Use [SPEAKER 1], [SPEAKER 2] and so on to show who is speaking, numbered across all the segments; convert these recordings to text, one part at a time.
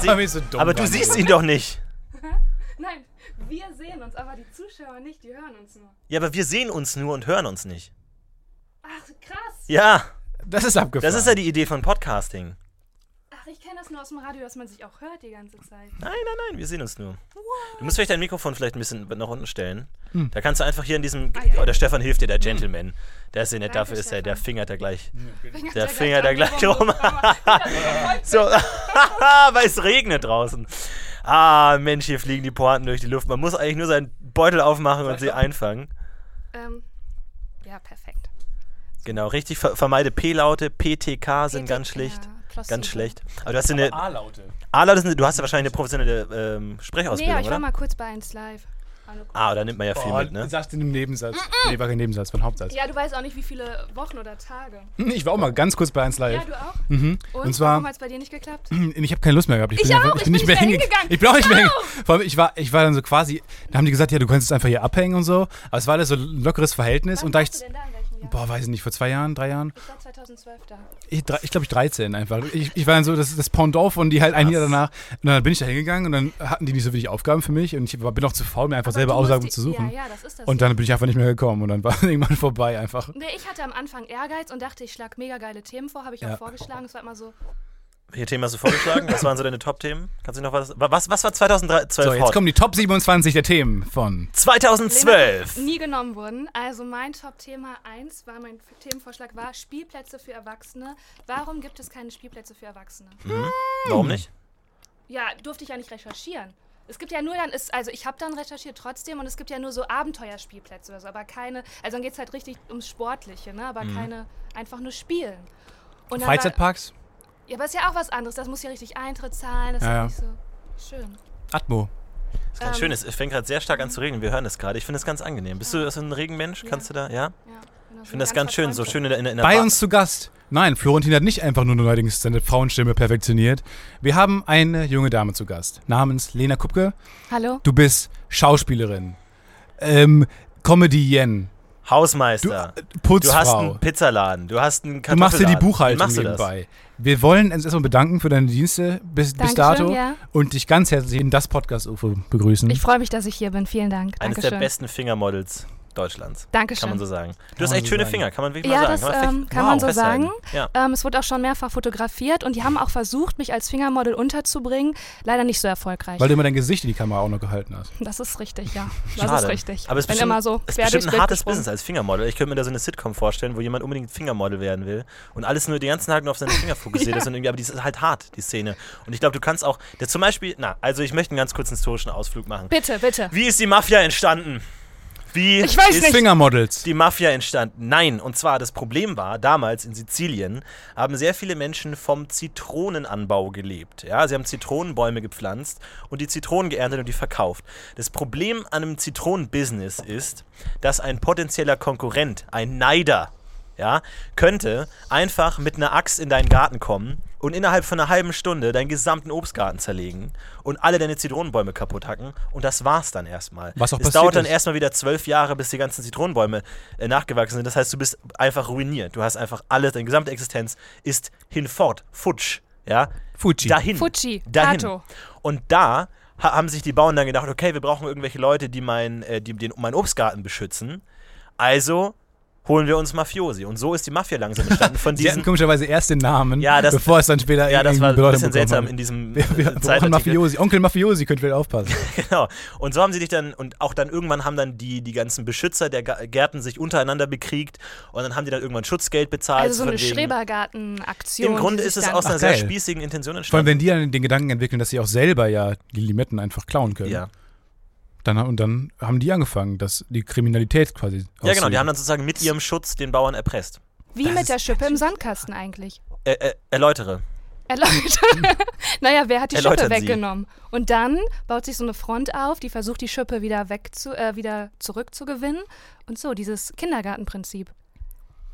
[SPEAKER 1] sie,
[SPEAKER 2] hab ich so dumm
[SPEAKER 1] aber du
[SPEAKER 2] dran
[SPEAKER 1] siehst
[SPEAKER 2] gedacht.
[SPEAKER 1] ihn doch nicht.
[SPEAKER 3] Nein, wir sehen uns, aber die Zuschauer nicht, die hören uns nur.
[SPEAKER 1] Ja, aber wir sehen uns nur und hören uns nicht.
[SPEAKER 3] Ach, krass.
[SPEAKER 1] Ja,
[SPEAKER 2] Das ist abgefahren.
[SPEAKER 1] das ist ja die Idee von Podcasting.
[SPEAKER 3] Ach, ich kenne das nur aus dem Radio, dass man sich auch hört die ganze Zeit.
[SPEAKER 1] Nein, nein, nein, wir sehen uns nur. Du musst vielleicht dein Mikrofon vielleicht ein bisschen nach unten stellen. Da kannst du einfach hier in diesem.
[SPEAKER 3] Ah, ja.
[SPEAKER 1] Oh, der Stefan hilft dir, der Gentleman. Der ist ja nett,
[SPEAKER 3] Danke,
[SPEAKER 1] dafür ist er, der
[SPEAKER 3] Stefan. Hm.
[SPEAKER 1] fingert da gleich.
[SPEAKER 3] Fingert
[SPEAKER 1] Der
[SPEAKER 3] gleich
[SPEAKER 1] Finger da
[SPEAKER 3] dran
[SPEAKER 1] gleich
[SPEAKER 3] rum.
[SPEAKER 1] So, weil es regnet draußen. Ah, Mensch, hier fliegen die Pointen durch die Luft. Man muss eigentlich nur seinen Beutel aufmachen und sie einfangen.
[SPEAKER 3] ähm, ja, perfekt.
[SPEAKER 1] Genau, richtig. Ver vermeide P-Laute, PTK sind ganz
[SPEAKER 3] PTK,
[SPEAKER 1] schlecht.
[SPEAKER 3] Placebo.
[SPEAKER 1] Ganz schlecht. Aber du hast ja eine.
[SPEAKER 2] A-Laute.
[SPEAKER 1] A-Laute sind, du hast ja wahrscheinlich eine professionelle ähm,
[SPEAKER 3] Nee,
[SPEAKER 1] Sprechausbildung,
[SPEAKER 3] aber ich war
[SPEAKER 1] oder?
[SPEAKER 3] mal kurz bei 1 Live. War nur kurz.
[SPEAKER 1] Ah, da nimmt man ja viel
[SPEAKER 2] Oh,
[SPEAKER 1] mit, ne?
[SPEAKER 2] Sagst du in einem Nebensatz. Nee, war kein Nebensatz, war ein Hauptsatz.
[SPEAKER 3] Ja, du weißt auch nicht, wie viele Wochen oder Tage.
[SPEAKER 2] Ich war auch mal ganz kurz bei 1 Live.
[SPEAKER 3] Ja, du auch? Und,
[SPEAKER 2] Mhm. Und zwar-
[SPEAKER 3] warum hat es bei dir nicht geklappt?
[SPEAKER 2] Ich habe keine Lust mehr gehabt.
[SPEAKER 3] Ich
[SPEAKER 2] bin,
[SPEAKER 3] auch,
[SPEAKER 2] einfach-
[SPEAKER 3] ich bin nicht mehr
[SPEAKER 2] hinge-
[SPEAKER 3] hingegangen.
[SPEAKER 2] Ich bin auch nicht mehr hingegangen. Vor allem, ich war, ich war dann so quasi, da haben die gesagt, ja, du kannst jetzt einfach hier abhängen und so. Aber es war alles so ein lockeres Verhältnis.
[SPEAKER 3] Wann
[SPEAKER 2] und da ich,
[SPEAKER 3] warst du denn da, in welchem Jahr?
[SPEAKER 2] boah, weiß ich nicht, vor zwei Jahren, drei Jahren,
[SPEAKER 3] Ich war 2012 da.
[SPEAKER 2] ich, drei- ich glaube, ich 13 einfach. Ich, ich war dann so das, das Pendant und die halt ein Jahr danach. Und dann bin ich da hingegangen und dann hatten die nicht so wenig Aufgaben für mich. Und ich war, bin auch zu faul, mir einfach
[SPEAKER 3] Aber
[SPEAKER 2] selber
[SPEAKER 3] du musst
[SPEAKER 2] Aussagen
[SPEAKER 3] die-
[SPEAKER 2] zu suchen.
[SPEAKER 3] Ja, ja, das ist das.
[SPEAKER 2] Und dann bin ich einfach nicht mehr gekommen. Und dann war irgendwann vorbei einfach.
[SPEAKER 3] Nee, ich hatte am Anfang Ehrgeiz und dachte, ich schlage mega geile Themen vor, habe ich
[SPEAKER 2] Ja.
[SPEAKER 3] auch vorgeschlagen. Es war immer so,
[SPEAKER 1] Welche Themen hast du vorgeschlagen? Was waren so deine Top-Themen? Kannst du dich noch was. Was, was war 2012?
[SPEAKER 2] So, jetzt kommen die Top 27 der Themen von.
[SPEAKER 1] 2012!
[SPEAKER 3] nie genommen wurden. Also mein Top-Thema 1 war, mein Themenvorschlag war Spielplätze für Erwachsene. Warum gibt es keine Spielplätze für Erwachsene?
[SPEAKER 1] Warum nicht?
[SPEAKER 3] Hm. Ja, durfte ich ja nicht recherchieren. Es gibt ja nur dann, ist, also ich habe dann recherchiert trotzdem und es gibt ja nur so Abenteuerspielplätze oder so, aber keine, also dann geht es halt richtig ums Sportliche, ne? aber keine, einfach nur Spielen. Und dann war-
[SPEAKER 2] Freizeitparks?
[SPEAKER 3] Ja, aber ist ja auch was anderes, das muss ja richtig Eintritt zahlen, das
[SPEAKER 2] Ja,
[SPEAKER 3] ist ja nicht so schön.
[SPEAKER 2] Atmo.
[SPEAKER 1] Das ist ganz
[SPEAKER 3] Ähm. Hm.
[SPEAKER 1] schön, es fängt gerade sehr stark an zu regnen. Wir hören es gerade. Ich finde es ganz angenehm. Bist du so ein Regenmensch?
[SPEAKER 3] Ja.
[SPEAKER 1] Kannst du da, ja?
[SPEAKER 3] Ja,
[SPEAKER 1] Ich finde das ganz schön, so schön in der, in der- in der
[SPEAKER 2] Bei
[SPEAKER 1] Bar-
[SPEAKER 2] uns zu Gast. Nein, Florentin hat nicht einfach nur neuerdings seine Frauenstimme perfektioniert. Wir haben eine junge Dame zu Gast namens Lena Kupke.
[SPEAKER 3] Hallo?
[SPEAKER 2] Du bist Schauspielerin, ähm, Comedienne, du,
[SPEAKER 1] Hausmeister.
[SPEAKER 2] äh,
[SPEAKER 1] Du hast einen
[SPEAKER 2] Putzfrau.
[SPEAKER 1] Pizzaladen, du hast einen
[SPEAKER 2] Du machst dir die
[SPEAKER 1] Kartoffelladen. Wie
[SPEAKER 2] Buchhaltung
[SPEAKER 1] machst du das?
[SPEAKER 2] nebenbei. Wir wollen uns erstmal bedanken für deine Dienste bis, bis
[SPEAKER 3] Dankeschön,
[SPEAKER 2] dato
[SPEAKER 3] ja.
[SPEAKER 2] und dich ganz herzlich in das Podcast-UFO begrüßen.
[SPEAKER 3] Ich freue mich, dass ich hier bin. Vielen Dank.
[SPEAKER 1] Eines der
[SPEAKER 3] Dankeschön.
[SPEAKER 1] besten Fingermodels Deutschlands.
[SPEAKER 3] Dankeschön.
[SPEAKER 1] Kann man so sagen. Du
[SPEAKER 2] man
[SPEAKER 1] hast echt
[SPEAKER 2] so
[SPEAKER 1] schöne
[SPEAKER 2] sagen.
[SPEAKER 1] Finger, kann man wirklich
[SPEAKER 3] ja,
[SPEAKER 1] mal
[SPEAKER 3] das
[SPEAKER 1] sagen.
[SPEAKER 3] ähm, kann man so sagen.
[SPEAKER 1] Ja.
[SPEAKER 3] Ähm, es wurde auch schon mehrfach fotografiert und die haben auch versucht, mich als Fingermodel unterzubringen. Leider nicht so erfolgreich.
[SPEAKER 2] weil du immer dein Gesicht in die Kamera auch noch gehalten hast.
[SPEAKER 3] das ist richtig, ja. Das
[SPEAKER 1] Schade.
[SPEAKER 3] ist richtig.
[SPEAKER 1] Aber es ist
[SPEAKER 3] Bin
[SPEAKER 1] bestimmt,
[SPEAKER 3] immer so
[SPEAKER 1] es ist
[SPEAKER 3] quer
[SPEAKER 1] bestimmt
[SPEAKER 3] durchs
[SPEAKER 1] ein
[SPEAKER 3] Bild
[SPEAKER 1] hartes
[SPEAKER 3] gesprungen.
[SPEAKER 1] Business als Fingermodel. Ich könnte mir da so eine Sitcom vorstellen, wo jemand unbedingt Fingermodel werden will und alles nur den ganzen Tag nur auf seine Finger fokussiert ist. Und irgendwie, aber die ist halt hart, die Szene. Und ich glaube, du kannst auch, der zum Beispiel, na, also ich möchte einen ganz kurzen historischen Ausflug machen.
[SPEAKER 3] Bitte, bitte.
[SPEAKER 1] Wie ist die Mafia entstanden? Wie
[SPEAKER 3] Ich weiß
[SPEAKER 1] ist
[SPEAKER 3] nicht.
[SPEAKER 2] Fingermodels.
[SPEAKER 1] die Mafia entstand. Nein, und zwar das Problem war, damals in Sizilien haben sehr viele Menschen vom Zitronenanbau gelebt. Ja, sie haben Zitronenbäume gepflanzt und die Zitronen geerntet und die verkauft. Das Problem an einem Zitronenbusiness ist, dass ein potenzieller Konkurrent, ein Neider, ja, könnte einfach mit einer Axt in deinen Garten kommen und innerhalb von einer halben Stunde deinen gesamten Obstgarten zerlegen und alle deine Zitronenbäume kaputt hacken und das war's dann erstmal.
[SPEAKER 2] Was auch
[SPEAKER 1] es
[SPEAKER 2] passiert
[SPEAKER 1] dauert dann
[SPEAKER 2] ist.
[SPEAKER 1] erstmal wieder zwölf Jahre, bis die ganzen Zitronenbäume äh, nachgewachsen sind. Das heißt, du bist einfach ruiniert. Du hast einfach alles, deine gesamte Existenz ist hinfort, futsch, ja,
[SPEAKER 2] Fuji.
[SPEAKER 1] dahin.
[SPEAKER 3] Fuji,
[SPEAKER 1] dahin.
[SPEAKER 3] Tato.
[SPEAKER 1] Und da ha haben sich die Bauern dann gedacht, okay, wir brauchen irgendwelche Leute, die, mein, äh, die den, meinen Obstgarten beschützen. Also holen wir uns Mafiosi. Und so ist die Mafia langsam entstanden. Von
[SPEAKER 2] Die hatten
[SPEAKER 1] diesen,
[SPEAKER 2] komischerweise erst den Namen,
[SPEAKER 1] Ja, das-
[SPEAKER 2] bevor es dann später
[SPEAKER 1] ja, das
[SPEAKER 2] irgendwie
[SPEAKER 1] war ein
[SPEAKER 2] Bedeutung
[SPEAKER 1] bisschen
[SPEAKER 2] bekommen
[SPEAKER 1] seltsam
[SPEAKER 2] hat.
[SPEAKER 1] in diesem
[SPEAKER 2] Wir, wir
[SPEAKER 1] äh,
[SPEAKER 2] brauchen
[SPEAKER 1] Zeitartikel.
[SPEAKER 2] Mafiosi. Onkel Mafiosi, könnt ihr aufpassen.
[SPEAKER 1] Genau. Und so haben sie dich dann, und auch dann irgendwann haben dann die, die ganzen Beschützer der Ga- Gärten sich untereinander bekriegt und dann haben die dann irgendwann Schutzgeld bezahlt.
[SPEAKER 3] Also so
[SPEAKER 1] von
[SPEAKER 3] eine
[SPEAKER 1] wegen-
[SPEAKER 3] Schrebergarten-Aktion.
[SPEAKER 1] Im Grunde
[SPEAKER 3] die
[SPEAKER 1] ist
[SPEAKER 3] sich
[SPEAKER 1] es
[SPEAKER 3] dann-
[SPEAKER 1] aus einer
[SPEAKER 2] Ach,
[SPEAKER 1] sehr
[SPEAKER 2] geil.
[SPEAKER 1] spießigen Intention
[SPEAKER 2] Vor allem,
[SPEAKER 1] entstanden.
[SPEAKER 2] wenn die dann den Gedanken entwickeln, dass sie auch selber ja die Limetten einfach klauen können.
[SPEAKER 1] Ja.
[SPEAKER 2] Dann, und dann haben die angefangen, dass die Kriminalität quasi
[SPEAKER 1] ja, genau. Die haben dann sozusagen mit ihrem Schutz den Bauern erpresst.
[SPEAKER 3] Wie mit der Schippe im Sandkasten eigentlich.
[SPEAKER 1] Ä äh, erläutere.
[SPEAKER 3] Erläutert. naja, wer hat die
[SPEAKER 1] Erläutern
[SPEAKER 3] Schippe
[SPEAKER 1] Sie.
[SPEAKER 3] weggenommen? Und dann baut sich so eine Front auf, die versucht, die Schippe wieder, wegzu, äh, wieder zurückzugewinnen. Und so, dieses Kindergartenprinzip.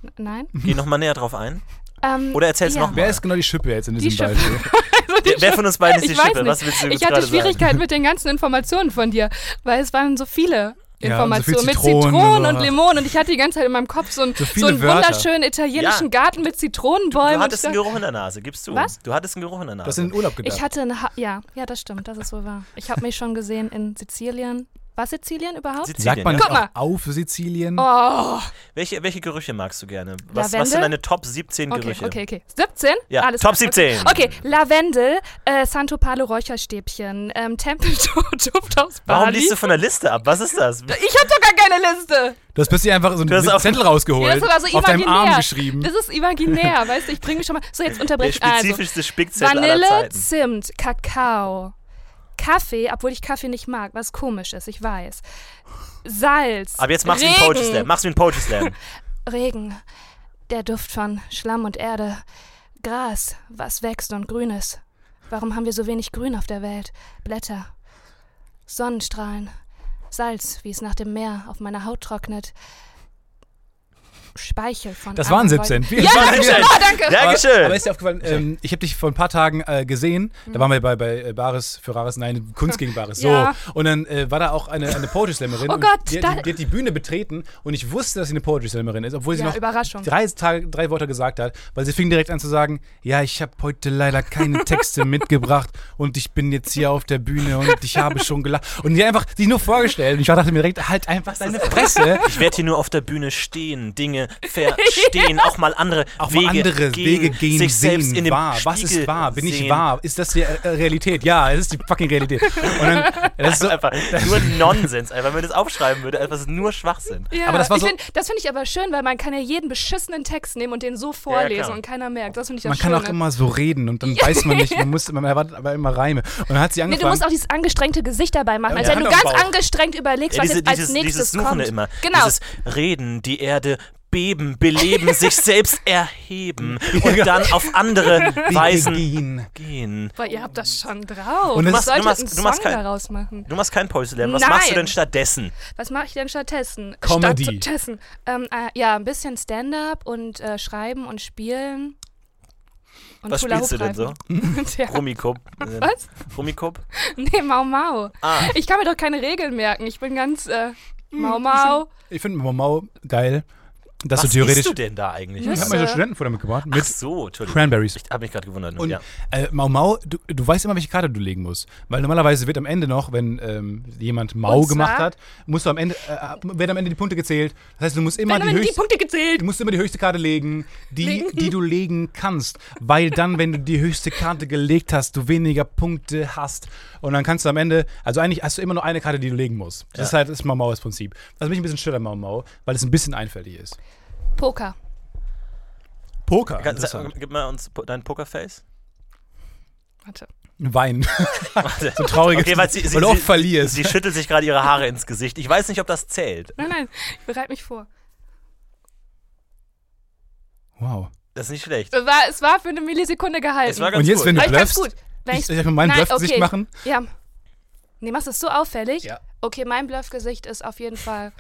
[SPEAKER 3] N- Nein?
[SPEAKER 1] Geh nochmal näher drauf ein.
[SPEAKER 3] Ähm,
[SPEAKER 1] Oder erzähl's
[SPEAKER 3] ja.
[SPEAKER 1] noch mal.
[SPEAKER 2] Wer ist genau die Schippe jetzt in
[SPEAKER 3] Die
[SPEAKER 2] diesem
[SPEAKER 3] Schippe.
[SPEAKER 2] Beispiel?
[SPEAKER 3] Also die
[SPEAKER 1] Wer- wer von uns beiden ist die
[SPEAKER 3] ich weiß
[SPEAKER 1] Schippe?
[SPEAKER 3] Nicht.
[SPEAKER 1] Was willst du jetzt
[SPEAKER 3] Ich hatte
[SPEAKER 1] gerade sagen?
[SPEAKER 3] Schwierigkeiten mit den ganzen Informationen von dir, weil es waren so viele.
[SPEAKER 2] Ja, und so viel
[SPEAKER 3] Information mit
[SPEAKER 2] Zitronen,
[SPEAKER 3] Zitronen
[SPEAKER 2] oh.
[SPEAKER 3] und Limonen. Und ich hatte die ganze Zeit in meinem Kopf so einen,
[SPEAKER 2] So
[SPEAKER 3] so
[SPEAKER 2] viele
[SPEAKER 3] einen
[SPEAKER 2] Wörter.
[SPEAKER 3] wunderschönen italienischen
[SPEAKER 1] Ja.
[SPEAKER 3] Garten mit Zitronenbäumen.
[SPEAKER 1] Du
[SPEAKER 3] Und
[SPEAKER 1] hattest
[SPEAKER 3] ich
[SPEAKER 1] einen
[SPEAKER 3] dachte-
[SPEAKER 1] Geruch in der Nase, gibst du.
[SPEAKER 3] Was?
[SPEAKER 1] Du hattest einen Geruch in der Nase.
[SPEAKER 2] Das ist in den Urlaub gedacht.
[SPEAKER 3] ich hatte eine ha ja, ja, das stimmt, das ist wohl wahr. Ich habe mich schon gesehen in Sizilien. War Sizilien überhaupt?
[SPEAKER 1] Sizilien,
[SPEAKER 2] Sagt man
[SPEAKER 1] ja.
[SPEAKER 2] das
[SPEAKER 3] Guck
[SPEAKER 2] auch
[SPEAKER 3] mal.
[SPEAKER 2] auf Sizilien?
[SPEAKER 3] oh,
[SPEAKER 1] welche, welche Gerüche magst du gerne? Was, was
[SPEAKER 3] Lavendel?
[SPEAKER 1] sind deine Top 17
[SPEAKER 3] okay,
[SPEAKER 1] Gerüche?
[SPEAKER 3] okay, okay. 17?
[SPEAKER 1] Ja,
[SPEAKER 3] Alles
[SPEAKER 1] Top
[SPEAKER 3] klar,
[SPEAKER 1] 17.
[SPEAKER 3] Okay, okay. Lavendel, äh, Santo Palo Räucherstäbchen, ähm, Tempelduft aus Bali.
[SPEAKER 1] Warum liest du von der Liste ab? Was ist das?
[SPEAKER 3] ich habe doch gar keine Liste.
[SPEAKER 2] Du hast plötzlich einfach so
[SPEAKER 1] Das ist
[SPEAKER 2] einen
[SPEAKER 1] auf-
[SPEAKER 2] Zettel rausgeholt,
[SPEAKER 3] Ja, das war so
[SPEAKER 2] auf deinem
[SPEAKER 3] imaginär.
[SPEAKER 2] Arm geschrieben.
[SPEAKER 3] Das ist imaginär, weißt du, ich bringe mich schon mal. So, jetzt
[SPEAKER 1] Der
[SPEAKER 3] unterbreche ich. Also,
[SPEAKER 1] spezifischste Spickzettel aller
[SPEAKER 3] Vanille,
[SPEAKER 1] Zeiten.
[SPEAKER 3] Zimt, Kakao, Kaffee, obwohl ich Kaffee nicht mag, was komisch ist, ich weiß. Salz.
[SPEAKER 1] Aber jetzt machst du
[SPEAKER 3] Regen,
[SPEAKER 1] einen Poetry Slam. Machst du einen Poetry Slam.
[SPEAKER 3] Regen. Der Duft von Schlamm und Erde. Gras, was wächst und grün ist. Warum haben wir so wenig Grün auf der Welt? Blätter. Sonnenstrahlen. Salz, wie es nach dem Meer auf meiner Haut trocknet. Speichel von
[SPEAKER 2] Das waren
[SPEAKER 3] Ahornbäumen.
[SPEAKER 2] 17.
[SPEAKER 3] Ja, danke schön. Oh, danke.
[SPEAKER 1] Dankeschön.
[SPEAKER 2] Aber, aber ist dir aufgefallen, ähm, ich habe dich vor ein paar Tagen äh, gesehen, da waren wir bei, bei äh, Bares für Rares, nein, Kunst gegen Bares, so.
[SPEAKER 3] Ja.
[SPEAKER 2] Und dann äh, war da auch eine, eine Poetry Slammerin.
[SPEAKER 3] Oh
[SPEAKER 2] und
[SPEAKER 3] Gott,
[SPEAKER 2] die, hat
[SPEAKER 3] da-
[SPEAKER 2] die, die hat die Bühne betreten und ich wusste, dass sie eine Poetry Slammerin ist, obwohl sie
[SPEAKER 3] Ja,
[SPEAKER 2] noch
[SPEAKER 3] Überraschung.
[SPEAKER 2] drei, Tage, drei Worte gesagt hat, weil sie fing direkt an zu sagen, ja, ich habe heute leider keine Texte mitgebracht und ich bin jetzt hier auf der Bühne und ich habe schon gelacht. Und die einfach sich nur vorgestellt und ich dachte mir direkt, halt einfach deine Fresse.
[SPEAKER 1] Ich werde hier nur auf der Bühne stehen, Dinge verstehen, auch mal andere
[SPEAKER 2] auch
[SPEAKER 1] Wege
[SPEAKER 2] mal andere
[SPEAKER 1] gehen,
[SPEAKER 2] Wege gehen
[SPEAKER 1] sich
[SPEAKER 2] sehen.
[SPEAKER 1] selbst in dem
[SPEAKER 2] wahr. Was
[SPEAKER 1] Spiegel
[SPEAKER 2] ist wahr? Bin
[SPEAKER 1] sehen.
[SPEAKER 2] ich wahr? Ist das die äh, Realität? Ja, es ist die fucking Realität. Und dann, das ist so,
[SPEAKER 1] Einfach nur Nonsens, einfach, wenn man das aufschreiben würde, einfach es ist nur Schwachsinn.
[SPEAKER 3] Ja,
[SPEAKER 2] Aber das war
[SPEAKER 3] ich
[SPEAKER 2] so-
[SPEAKER 3] find, das finde ich aber schön, weil man kann ja jeden beschissenen Text nehmen und den so vorlesen
[SPEAKER 1] klar.
[SPEAKER 3] und keiner merkt. Das finde ich das
[SPEAKER 2] man kann auch
[SPEAKER 3] Schöne.
[SPEAKER 2] immer so reden und dann weiß man nicht, man, muss, man erwartet aber immer Reime. Und dann hat sie
[SPEAKER 3] Nee,
[SPEAKER 2] angefangen.
[SPEAKER 3] du musst auch dieses angestrengte Gesicht dabei machen,
[SPEAKER 2] Ja,
[SPEAKER 3] als
[SPEAKER 2] ja.
[SPEAKER 3] wenn du
[SPEAKER 2] Hand auf
[SPEAKER 3] ganz
[SPEAKER 2] den Bauch.
[SPEAKER 3] angestrengt überlegst,
[SPEAKER 1] Ja,
[SPEAKER 3] was
[SPEAKER 1] diese,
[SPEAKER 3] jetzt als
[SPEAKER 1] dieses,
[SPEAKER 3] nächstes
[SPEAKER 1] dieses Suchende
[SPEAKER 3] kommt.
[SPEAKER 1] immer.
[SPEAKER 3] Genau.
[SPEAKER 1] Dieses Reden, die Erde beben, beleben, sich selbst erheben und dann auf andere
[SPEAKER 2] Wege
[SPEAKER 1] Weisen
[SPEAKER 2] gehen.
[SPEAKER 1] gehen.
[SPEAKER 3] Boah, ihr habt
[SPEAKER 2] Hm.
[SPEAKER 3] das schon drauf.
[SPEAKER 2] Und
[SPEAKER 3] Und
[SPEAKER 2] es-
[SPEAKER 3] du
[SPEAKER 2] Du
[SPEAKER 3] machst,
[SPEAKER 1] machst- du machst- du
[SPEAKER 3] solltet einen
[SPEAKER 1] machst
[SPEAKER 3] Song
[SPEAKER 1] kein-
[SPEAKER 3] daraus machen.
[SPEAKER 1] Du machst kein Poetry Slam, was machst du
[SPEAKER 3] Nein.
[SPEAKER 1] denn stattdessen?
[SPEAKER 3] Was mache ich denn stattdessen?
[SPEAKER 2] Comedy.
[SPEAKER 3] Stattdessen. Ähm, äh, ja, ein bisschen Stand-up und äh, Schreiben und Spielen. Und
[SPEAKER 1] Was
[SPEAKER 3] Hula
[SPEAKER 1] spielst du denn so?
[SPEAKER 3] ja.
[SPEAKER 1] Rummikub. Äh,
[SPEAKER 3] Was?
[SPEAKER 1] Rummikub?
[SPEAKER 3] Nee, Mau Mau.
[SPEAKER 1] Ah.
[SPEAKER 3] Ich kann mir doch keine Regeln merken. Ich bin ganz äh, Mau Mau.
[SPEAKER 2] Hm, Ich finde Mau Mau geil, dass
[SPEAKER 1] Was
[SPEAKER 2] du theoretisch.
[SPEAKER 1] isst du denn da eigentlich?
[SPEAKER 2] ich
[SPEAKER 3] Nüsse.
[SPEAKER 2] habe mal so Studentenfutter mitgebracht mit
[SPEAKER 1] Ach so, Entschuldigung.
[SPEAKER 2] Cranberries.
[SPEAKER 1] Ich habe mich gerade gewundert. nur,
[SPEAKER 2] Und
[SPEAKER 1] ja.
[SPEAKER 2] äh, Mau Mau, du, du weißt immer, welche Karte du legen musst. Weil normalerweise wird am Ende noch, wenn ähm, jemand Mau
[SPEAKER 3] Und zwar-
[SPEAKER 2] gemacht hat, musst du am Ende, äh, werden am Ende die Punkte gezählt. Das heißt, du musst immer
[SPEAKER 3] Dann
[SPEAKER 2] die Hm.
[SPEAKER 3] haben die
[SPEAKER 2] höchste.
[SPEAKER 3] Punkte gezählt.
[SPEAKER 2] Du musst immer die höchste Karte legen, die,
[SPEAKER 3] Legen.
[SPEAKER 2] die du legen kannst. Weil dann, wenn du die höchste Karte gelegt hast, du weniger Punkte hast. Und dann kannst du am Ende, also eigentlich hast du immer nur eine Karte, die du legen musst. Das ist halt das Mau Mau Prinzip. Was mich ein bisschen stört an Mau Mau, weil es ein bisschen einfältig ist.
[SPEAKER 3] Poker.
[SPEAKER 2] Poker.
[SPEAKER 1] Kann, sag,
[SPEAKER 2] interessant.
[SPEAKER 1] gib mal uns po- dein Pokerface.
[SPEAKER 3] Warte.
[SPEAKER 2] Wein. so ein trauriges,
[SPEAKER 1] Okay, weil sie- sie-
[SPEAKER 2] weil du oft
[SPEAKER 1] sie-
[SPEAKER 2] verlierst.
[SPEAKER 1] Sie schüttelt sich gerade ihre Haare ins Gesicht. Ich weiß nicht, ob das zählt.
[SPEAKER 3] Nein, nein, ich bereite mich vor.
[SPEAKER 2] wow.
[SPEAKER 1] Das ist nicht schlecht.
[SPEAKER 3] Es war, es war für eine Millisekunde gehalten.
[SPEAKER 1] Es war ganz
[SPEAKER 2] Und jetzt,
[SPEAKER 1] gut.
[SPEAKER 2] wenn du
[SPEAKER 3] Aber ich fand's
[SPEAKER 2] bluffst,
[SPEAKER 3] gut. Wenn
[SPEAKER 2] ich, ich darf mal mein
[SPEAKER 3] Nein,
[SPEAKER 2] Bluffgesicht
[SPEAKER 3] okay.
[SPEAKER 2] machen.
[SPEAKER 3] Ja. Nee, machst du es so auffällig?
[SPEAKER 2] Ja.
[SPEAKER 3] Okay, mein Bluffgesicht ist auf jeden Fall.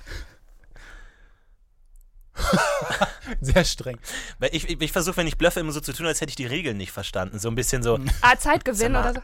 [SPEAKER 2] Sehr streng.
[SPEAKER 1] Weil Ich, ich, ich versuche, wenn ich bluffe, immer so zu tun, als hätte ich die Regeln nicht verstanden. So ein bisschen so,
[SPEAKER 3] Ah,
[SPEAKER 1] Sag
[SPEAKER 3] Zeitgewinn
[SPEAKER 1] mal.
[SPEAKER 3] oder so.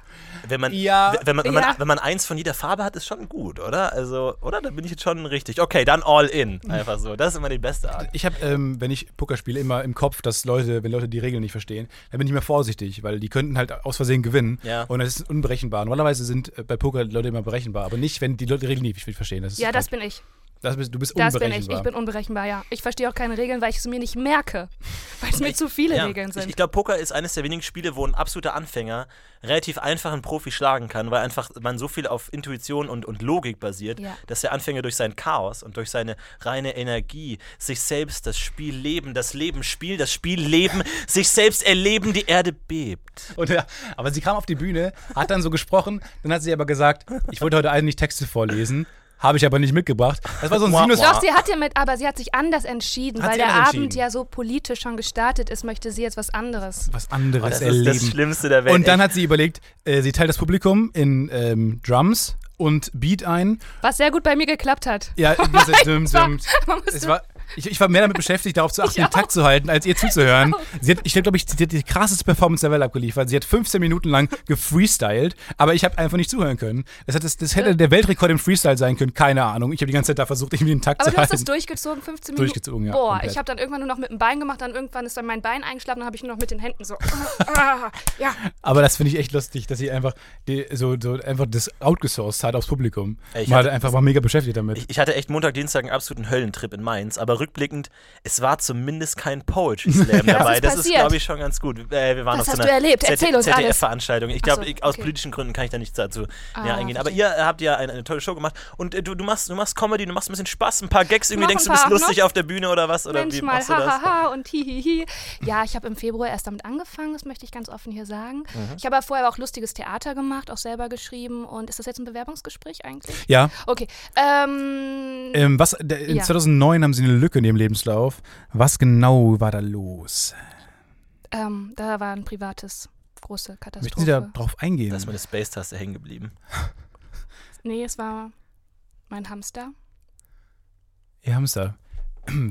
[SPEAKER 1] wenn man,
[SPEAKER 2] Ja.
[SPEAKER 1] w- wenn, man, wenn,
[SPEAKER 3] Ja.
[SPEAKER 1] man wenn man eins von jeder Farbe hat, ist schon gut, oder? Also, oder? Da bin ich jetzt schon richtig. Okay, dann all in. Einfach so. Das ist immer die beste Art.
[SPEAKER 2] Ich habe, ähm, wenn ich Poker spiele, immer im Kopf, dass Leute, wenn Leute die Regeln nicht verstehen, dann bin ich immer vorsichtig, weil die könnten halt aus Versehen gewinnen.
[SPEAKER 1] Ja.
[SPEAKER 2] Und das ist unberechenbar. Normalerweise sind äh, bei Poker Leute immer berechenbar, aber nicht, wenn die Leute die Regeln nicht verstehen. Das ist
[SPEAKER 3] Ja, das
[SPEAKER 2] falsch.
[SPEAKER 3] bin ich.
[SPEAKER 2] das bist, du bist
[SPEAKER 3] Das bin ich.
[SPEAKER 2] unberechenbar.
[SPEAKER 3] Ich bin unberechenbar, ja. Ich verstehe auch keine Regeln, weil ich es mir nicht merke. Weil es mir zu viele
[SPEAKER 1] Ja.
[SPEAKER 3] Regeln sind.
[SPEAKER 1] Ich, ich glaube, Poker ist eines der wenigen Spiele, wo ein absoluter Anfänger relativ einfach einen Profi schlagen kann, weil einfach man so viel auf Intuition und, und Logik basiert,
[SPEAKER 3] Ja.
[SPEAKER 1] dass der Anfänger durch sein Chaos und durch seine reine Energie sich selbst das Spiel leben, das Leben spielen, das Spiel leben, sich selbst erleben, die Erde bebt.
[SPEAKER 2] Und, ja, aber sie kam auf die Bühne, hat dann so gesprochen, dann hat sie aber gesagt, ich wollte heute eigentlich Texte vorlesen, habe ich aber nicht mitgebracht. Das war so ein
[SPEAKER 1] Wah,
[SPEAKER 2] Sinus.
[SPEAKER 1] wah.
[SPEAKER 3] Doch, sie hat ja mit, aber sie hat sich anders entschieden,
[SPEAKER 2] ah. Hat
[SPEAKER 3] weil
[SPEAKER 2] sie
[SPEAKER 3] der
[SPEAKER 2] anders
[SPEAKER 3] Abend
[SPEAKER 2] entschieden?
[SPEAKER 3] ja so politisch schon gestartet ist, möchte sie jetzt was anderes.
[SPEAKER 2] Was anderes
[SPEAKER 1] das
[SPEAKER 2] erleben.
[SPEAKER 1] ist das Schlimmste der Welt.
[SPEAKER 2] Und dann
[SPEAKER 1] Echt.
[SPEAKER 2] hat sie überlegt, äh, sie teilt das Publikum in ähm, Drums und Beat ein.
[SPEAKER 3] Was sehr gut bei mir geklappt hat.
[SPEAKER 2] Ja, das, düm, düm.
[SPEAKER 3] Man muss
[SPEAKER 2] Es war, Ich, ich war mehr damit beschäftigt, darauf zu achten, den Takt zu halten, als ihr zuzuhören. Sie hat, ich glaube, ich, sie hat die krasseste Performance der Welt abgeliefert. Sie hat 15 Minuten lang gefreestylt, aber ich habe einfach nicht zuhören können. Das, hat, das, das hätte der Weltrekord im Freestyle sein können, keine Ahnung. Ich habe die ganze Zeit da versucht, irgendwie den Takt
[SPEAKER 3] Aber
[SPEAKER 2] zu
[SPEAKER 3] du hast
[SPEAKER 2] halten.
[SPEAKER 3] das durchgezogen, 15 Minuten.
[SPEAKER 2] Durchgezogen, ja,
[SPEAKER 3] Boah,
[SPEAKER 2] komplett.
[SPEAKER 3] ich habe dann irgendwann nur noch mit dem Bein gemacht, dann irgendwann ist dann mein Bein eingeschlafen, dann habe ich nur noch mit den Händen so. ah, ah, ja,
[SPEAKER 2] Aber das finde ich echt lustig, dass sie einfach die, so, so einfach das outgesourced hat aufs Publikum.
[SPEAKER 1] Ey, ich
[SPEAKER 2] Man hat
[SPEAKER 1] hatte-
[SPEAKER 2] einfach war mega beschäftigt damit.
[SPEAKER 1] Ich, ich hatte echt Montag, Dienstag einen absoluten Höllentrip in Mainz, aber rückblickend, es war zumindest kein Poetry Slam dabei.
[SPEAKER 3] ist
[SPEAKER 1] das ist,
[SPEAKER 3] passiert?
[SPEAKER 1] glaube ich, schon ganz gut. Äh, wir waren auf
[SPEAKER 3] Was
[SPEAKER 1] so
[SPEAKER 3] hast
[SPEAKER 1] einer
[SPEAKER 3] du erlebt? Erzähl uns alles.
[SPEAKER 1] ZDF-Veranstaltung. Ich glaube,
[SPEAKER 3] Ach so,
[SPEAKER 1] ich- aus
[SPEAKER 3] okay.
[SPEAKER 1] politischen Gründen kann ich da nicht dazu näher
[SPEAKER 3] Ah,
[SPEAKER 1] eingehen. Aber
[SPEAKER 3] verstehe.
[SPEAKER 1] ihr habt ja eine, eine tolle Show gemacht und äh, du, du, machst, du machst Comedy, du machst ein bisschen Spaß, ein paar Gags. Irgendwie
[SPEAKER 3] mach
[SPEAKER 1] denkst
[SPEAKER 3] ein
[SPEAKER 1] du, bist
[SPEAKER 3] paar,
[SPEAKER 1] lustig
[SPEAKER 3] ne?
[SPEAKER 1] auf der Bühne oder was? Oder
[SPEAKER 3] Mensch
[SPEAKER 1] wie
[SPEAKER 3] mal,
[SPEAKER 1] machst du das?
[SPEAKER 3] hahaha und hihihi. Ja, ich habe im Februar erst damit angefangen, das möchte ich ganz offen hier sagen.
[SPEAKER 1] Mhm.
[SPEAKER 3] Ich habe aber vorher auch lustiges Theater gemacht, auch selber geschrieben. Und ist das jetzt ein Bewerbungsgespräch eigentlich?
[SPEAKER 2] Ja.
[SPEAKER 3] Okay. Ähm,
[SPEAKER 2] Ähm, was, der- in
[SPEAKER 3] Ja.
[SPEAKER 2] 2009 haben sie eine Lücke in ihrem Lebenslauf. Was genau war da los?
[SPEAKER 3] ähm, da war ein privates, große
[SPEAKER 2] Möchten Sie da
[SPEAKER 3] Katastrophe.
[SPEAKER 2] drauf eingehen?
[SPEAKER 1] Da ist meine Space-Taste hängen geblieben.
[SPEAKER 3] Nee, es war mein Hamster.
[SPEAKER 2] Ihr Hamster.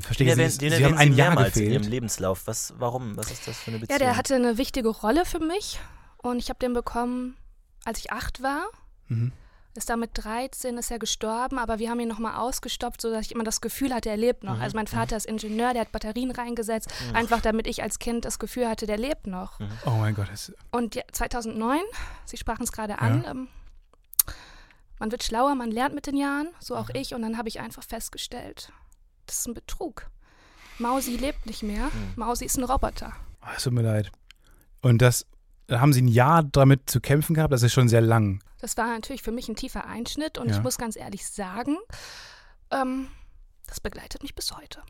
[SPEAKER 1] Den
[SPEAKER 2] Verstehe Sie,
[SPEAKER 1] erwähnen-
[SPEAKER 2] Sie,
[SPEAKER 1] den
[SPEAKER 2] Sie haben
[SPEAKER 1] erwähnen
[SPEAKER 2] ein Jahr
[SPEAKER 1] mehrmals in ihrem
[SPEAKER 2] gefehlt.
[SPEAKER 1] Lebenslauf. Was, warum? Was ist das für eine Beziehung?
[SPEAKER 3] Ja, der hatte eine wichtige Rolle für mich. Und ich habe den bekommen, als ich acht war.
[SPEAKER 2] Mhm.
[SPEAKER 3] ist damit 13, ist er gestorben, aber wir haben ihn nochmal ausgestoppt, sodass ich immer das Gefühl hatte, er lebt noch. Also mein Vater ist Ingenieur, der hat Batterien reingesetzt, einfach damit ich als Kind das Gefühl hatte, der lebt noch.
[SPEAKER 2] Oh mein Gott. Das,
[SPEAKER 3] Und ja, 2009, Sie sprachen es gerade an, ähm, man wird schlauer, man lernt mit den Jahren, so auch ich. Und dann habe ich einfach festgestellt, das ist ein Betrug. Mausi lebt nicht mehr, Mausi ist ein Roboter.
[SPEAKER 2] oh, es tut mir leid. Und das, da haben Sie ein Jahr damit zu kämpfen gehabt? Das ist schon sehr lang.
[SPEAKER 3] Das war natürlich für mich ein tiefer Einschnitt und
[SPEAKER 2] Ja.
[SPEAKER 3] ich muss ganz ehrlich sagen, ähm, das begleitet mich bis heute.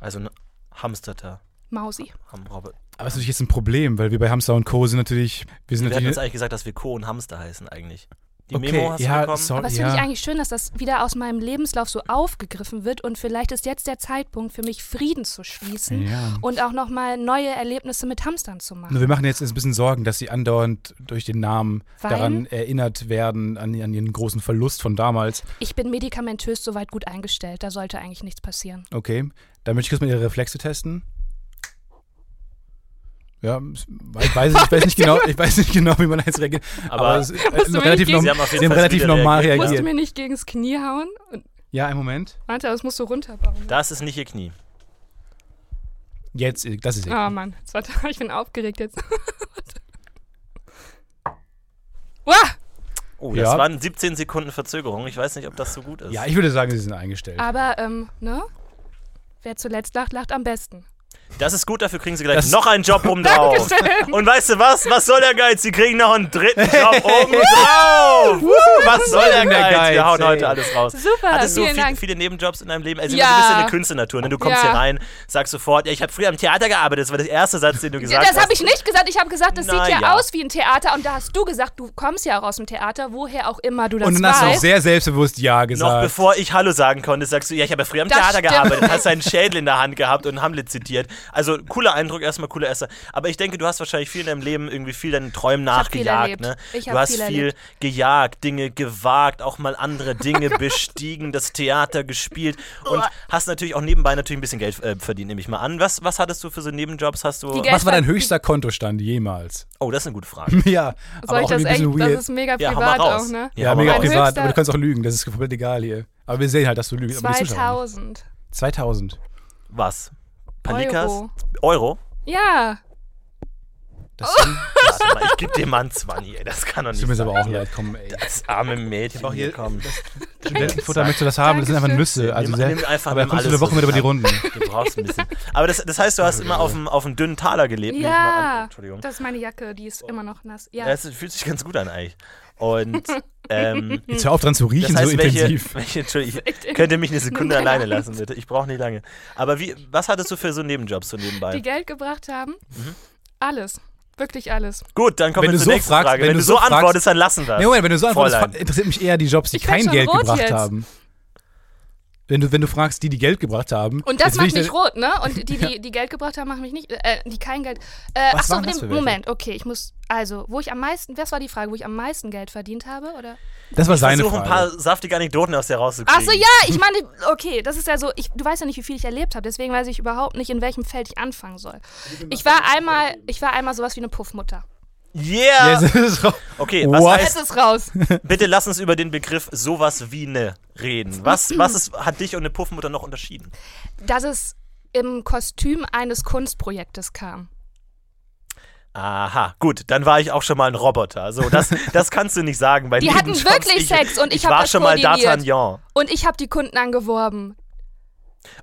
[SPEAKER 1] also ein Hamsterter.
[SPEAKER 3] Mausi.
[SPEAKER 2] Oh,
[SPEAKER 1] Ham Robert.
[SPEAKER 2] Aber es ist natürlich jetzt ein Problem, weil wir bei Hamster und Co. sind natürlich, wir sind
[SPEAKER 1] Wir hatten
[SPEAKER 2] natürlich...
[SPEAKER 1] uns eigentlich gesagt, dass wir Co und Hamster heißen eigentlich. Die
[SPEAKER 2] Okay,
[SPEAKER 1] Memo hast
[SPEAKER 2] ja,
[SPEAKER 1] du bekommen?
[SPEAKER 2] sorry.
[SPEAKER 3] Aber das
[SPEAKER 2] ja.
[SPEAKER 3] finde ich eigentlich schön, dass das wieder aus meinem Lebenslauf so aufgegriffen wird und vielleicht ist jetzt der Zeitpunkt für mich Frieden zu schließen
[SPEAKER 2] Ja. Ne.
[SPEAKER 3] und auch nochmal neue Erlebnisse mit Hamstern zu machen.
[SPEAKER 2] Nur wir machen jetzt ein bisschen Sorgen, dass sie andauernd durch den Namen
[SPEAKER 3] Weil?
[SPEAKER 2] daran erinnert werden, an, an ihren großen Verlust von damals.
[SPEAKER 3] Ich bin medikamentös soweit gut eingestellt, da sollte eigentlich nichts passieren.
[SPEAKER 2] Okay, dann möchte ich kurz mal ihre Reflexe testen. Ja, ich weiß, ich weiß, nicht, genau, ich weiß nicht genau, wie man jetzt reagiert. Aber,
[SPEAKER 1] Aber-
[SPEAKER 2] es, äh,
[SPEAKER 3] Musst du mir
[SPEAKER 2] relativ,
[SPEAKER 3] nicht
[SPEAKER 2] norm,
[SPEAKER 1] Sie haben auf jeden
[SPEAKER 2] sie haben
[SPEAKER 1] Fall
[SPEAKER 2] relativ
[SPEAKER 1] wieder
[SPEAKER 2] normal
[SPEAKER 1] reagiert.
[SPEAKER 2] reagiert.
[SPEAKER 1] Musst
[SPEAKER 3] Musst du mir nicht gegens Knie hauen? Und,
[SPEAKER 2] Ja, einen Moment.
[SPEAKER 3] warte, das musst du runterbauen.
[SPEAKER 1] Das ist nicht ihr Knie.
[SPEAKER 2] Jetzt, äh, das ist
[SPEAKER 3] Oh Mann, jetzt warte, ich bin aufgeregt jetzt. Warte. Uah!
[SPEAKER 1] Oh, das
[SPEAKER 2] Ja.
[SPEAKER 1] waren 17 Sekunden Verzögerung. Ich weiß nicht, ob das so gut ist.
[SPEAKER 2] Ja, ich würde sagen, sie sind eingestellt.
[SPEAKER 3] Aber, ähm, ne? Wer zuletzt lacht, lacht am besten.
[SPEAKER 1] das ist gut, dafür kriegen sie gleich
[SPEAKER 2] Das-
[SPEAKER 1] noch einen Job oben
[SPEAKER 2] Oh.
[SPEAKER 1] drauf.
[SPEAKER 3] Dankeschön.
[SPEAKER 1] Und weißt du was? Was soll der Geiz? Sie kriegen noch einen dritten Job oben drauf. was soll der
[SPEAKER 2] denn der
[SPEAKER 1] Geiz? Wir
[SPEAKER 2] Geiz,
[SPEAKER 1] hauen
[SPEAKER 2] ey?
[SPEAKER 1] heute alles raus.
[SPEAKER 3] Super,
[SPEAKER 1] Hattest du
[SPEAKER 3] vielen
[SPEAKER 1] viel,
[SPEAKER 3] Dank.
[SPEAKER 1] viele Nebenjobs in deinem Leben? Also
[SPEAKER 3] Ja.
[SPEAKER 1] du bist ja eine Künstlernatur, ne? Du kommst
[SPEAKER 3] Ja.
[SPEAKER 1] hier rein, sagst sofort, ja, ich habe früher am Theater gearbeitet. Das war der erste Satz, den du gesagt
[SPEAKER 3] Das
[SPEAKER 1] hast.
[SPEAKER 3] habe ich nicht gesagt. Ich habe gesagt, das
[SPEAKER 1] Na
[SPEAKER 3] sieht ja,
[SPEAKER 1] ja.
[SPEAKER 3] aus wie ein Theater. Und da hast du gesagt, du kommst ja auch aus dem Theater, woher auch immer du das
[SPEAKER 2] Und dann hast du auch
[SPEAKER 3] weißt.
[SPEAKER 2] sehr selbstbewusst Ja
[SPEAKER 1] Noch
[SPEAKER 2] gesagt.
[SPEAKER 1] bevor ich Hallo sagen konnte, sagst du, ja, ich habe ja früher am
[SPEAKER 3] Das
[SPEAKER 1] Theater
[SPEAKER 3] stimmt.
[SPEAKER 1] gearbeitet, hast einen Schädel in der Hand gehabt und Hamlet zitiert. Also cooler Eindruck, erstmal cooler Esser. Aber ich denke, du hast wahrscheinlich viel in deinem Leben irgendwie viel deinen Träumen
[SPEAKER 3] hab viel
[SPEAKER 1] nachgejagt.
[SPEAKER 3] erlebt.
[SPEAKER 1] Ne?
[SPEAKER 3] Ich
[SPEAKER 1] Du
[SPEAKER 3] hab
[SPEAKER 1] hast
[SPEAKER 3] viel
[SPEAKER 1] viel,
[SPEAKER 3] erlebt. Oh
[SPEAKER 1] gejagt, Dinge gewagt, auch mal andere Dinge bestiegen, das Theater gespielt und hast natürlich auch nebenbei natürlich ein bisschen Geld äh, verdient, nehme ich mal an. Was, was hattest du für so Nebenjobs? Hast du.
[SPEAKER 3] Die Geld-
[SPEAKER 2] Was war dein höchster Kontostand jemals?
[SPEAKER 1] Oh, das ist eine gute Frage.
[SPEAKER 2] ja,
[SPEAKER 3] Soll
[SPEAKER 2] aber
[SPEAKER 3] ich
[SPEAKER 2] auch
[SPEAKER 3] das
[SPEAKER 2] irgendwie ein
[SPEAKER 3] echt?
[SPEAKER 2] bisschen
[SPEAKER 3] Das
[SPEAKER 2] weird.
[SPEAKER 3] ist mega
[SPEAKER 1] Ja, hau mal
[SPEAKER 3] privat
[SPEAKER 1] raus.
[SPEAKER 3] auch, ne?
[SPEAKER 2] Ja,
[SPEAKER 1] aber
[SPEAKER 2] mega
[SPEAKER 3] mein
[SPEAKER 2] privat,
[SPEAKER 3] höchster-
[SPEAKER 2] aber du kannst auch lügen, das ist komplett egal hier. Aber wir sehen halt, dass du lügst. Aber die Zuschauer nicht.
[SPEAKER 3] 2000
[SPEAKER 2] 2000.
[SPEAKER 1] Was? Panikas?
[SPEAKER 3] Euro.
[SPEAKER 1] Euro?
[SPEAKER 3] Ja,
[SPEAKER 2] Das sind-
[SPEAKER 1] Warte mal, ich geb dir mal einen 20, ey. Das kann doch
[SPEAKER 2] das
[SPEAKER 1] nicht
[SPEAKER 2] tut mir jetzt
[SPEAKER 1] sein.
[SPEAKER 2] aber auch leid. Komm, ey.
[SPEAKER 1] Das arme Mädchen.
[SPEAKER 2] auch hier-
[SPEAKER 1] komm.
[SPEAKER 2] Studentenfutter Ne, möchtest du das haben? Das sind einfach
[SPEAKER 3] Dankeschön.
[SPEAKER 2] Nüsse. Also
[SPEAKER 1] Nimm-
[SPEAKER 2] sehr,
[SPEAKER 1] nimm einfach-
[SPEAKER 2] aber da
[SPEAKER 1] nimm
[SPEAKER 2] kommst du
[SPEAKER 1] alles
[SPEAKER 2] eine Woche
[SPEAKER 1] so
[SPEAKER 2] mit über die
[SPEAKER 1] zusammen.
[SPEAKER 2] Runden.
[SPEAKER 1] Du brauchst ein bisschen. Aber das, das heißt, du hast immer auf dem, auf dem dünnen Taler gelebt. nehme ich mal an.
[SPEAKER 3] ja.
[SPEAKER 1] Entschuldigung.
[SPEAKER 3] Das ist meine Jacke, die ist immer noch nass. Ja.
[SPEAKER 1] Das fühlt sich ganz gut an eigentlich. Und ähm,
[SPEAKER 2] Jetzt hör auf dran zu
[SPEAKER 1] das
[SPEAKER 2] riechen,
[SPEAKER 1] heißt,
[SPEAKER 2] so
[SPEAKER 1] welche,
[SPEAKER 2] intensiv.
[SPEAKER 1] welche Entschuldigung,
[SPEAKER 3] echt
[SPEAKER 1] ich
[SPEAKER 3] eng.
[SPEAKER 1] könnte mich eine Sekunde
[SPEAKER 3] Nimm deine
[SPEAKER 1] alleine lassen, bitte. Ich brauche nicht lange. Aber wie, was hattest du für so Nebenjobs so nebenbei?
[SPEAKER 3] Die Geld gebracht haben.
[SPEAKER 2] Mhm.
[SPEAKER 3] Alles. Wirklich alles.
[SPEAKER 1] Gut, dann kommen wir
[SPEAKER 2] Wenn
[SPEAKER 1] zur
[SPEAKER 2] du so
[SPEAKER 1] nächsten
[SPEAKER 2] fragst-
[SPEAKER 1] Frage. Wenn,
[SPEAKER 2] wenn
[SPEAKER 1] du
[SPEAKER 2] du
[SPEAKER 1] so
[SPEAKER 2] so fragst-
[SPEAKER 1] antwortest, dann lassen wir
[SPEAKER 2] Nee, Moment, wenn du so antwortest,
[SPEAKER 1] Fräulein.
[SPEAKER 2] interessiert mich eher die Jobs, die
[SPEAKER 3] Ich werd
[SPEAKER 2] kein
[SPEAKER 3] schon
[SPEAKER 2] Geld
[SPEAKER 3] rot
[SPEAKER 2] gebracht
[SPEAKER 3] jetzt.
[SPEAKER 2] haben. Wenn du, wenn du fragst, die, die Geld gebracht haben.
[SPEAKER 3] Und das
[SPEAKER 2] jetzt will
[SPEAKER 3] macht
[SPEAKER 2] ich-
[SPEAKER 3] mich rot, ne? Und die, die, die Geld gebracht haben, machen mich nicht. Äh, die kein Geld. Äh,
[SPEAKER 2] Was
[SPEAKER 3] ach so,
[SPEAKER 2] waren das für
[SPEAKER 3] nee,
[SPEAKER 2] welche?
[SPEAKER 3] Moment, okay, ich muss. Also, wo ich am meisten. Was war die Frage, wo ich am meisten Geld verdient habe? Oder?
[SPEAKER 2] Das war seine
[SPEAKER 1] Versuche
[SPEAKER 2] Frage.
[SPEAKER 1] ein paar saftige Anekdoten aus dir rauszukriegen.
[SPEAKER 3] Ach so, ja, ich meine, okay, das ist ja so. Ich, du weißt ja nicht, wie viel ich erlebt habe, deswegen weiß ich überhaupt nicht, in welchem Feld ich anfangen soll. Ich war einmal, ich war einmal sowas wie eine Puffmutter.
[SPEAKER 1] Yeah!
[SPEAKER 2] Jetzt ist es raus.
[SPEAKER 1] Okay, was
[SPEAKER 2] What?
[SPEAKER 1] heißt,
[SPEAKER 3] Es ist raus.
[SPEAKER 1] bitte lass uns über den Begriff sowas wie ne reden. Was, was ist, hat dich und eine Puffmutter noch unterschieden?
[SPEAKER 3] Dass es im Kostüm eines Kunstprojektes kam.
[SPEAKER 1] Aha, gut, dann war ich auch schon mal ein Roboter. So, das, das kannst du nicht sagen. Bei
[SPEAKER 3] Die hatten
[SPEAKER 1] Nebenjobs.
[SPEAKER 3] wirklich
[SPEAKER 1] ich,
[SPEAKER 3] Sex und ich hab
[SPEAKER 1] war
[SPEAKER 3] das
[SPEAKER 1] schon mal
[SPEAKER 3] koordiniert.
[SPEAKER 1] D'Artagnan.
[SPEAKER 3] Und ich habe die Kunden angeworben.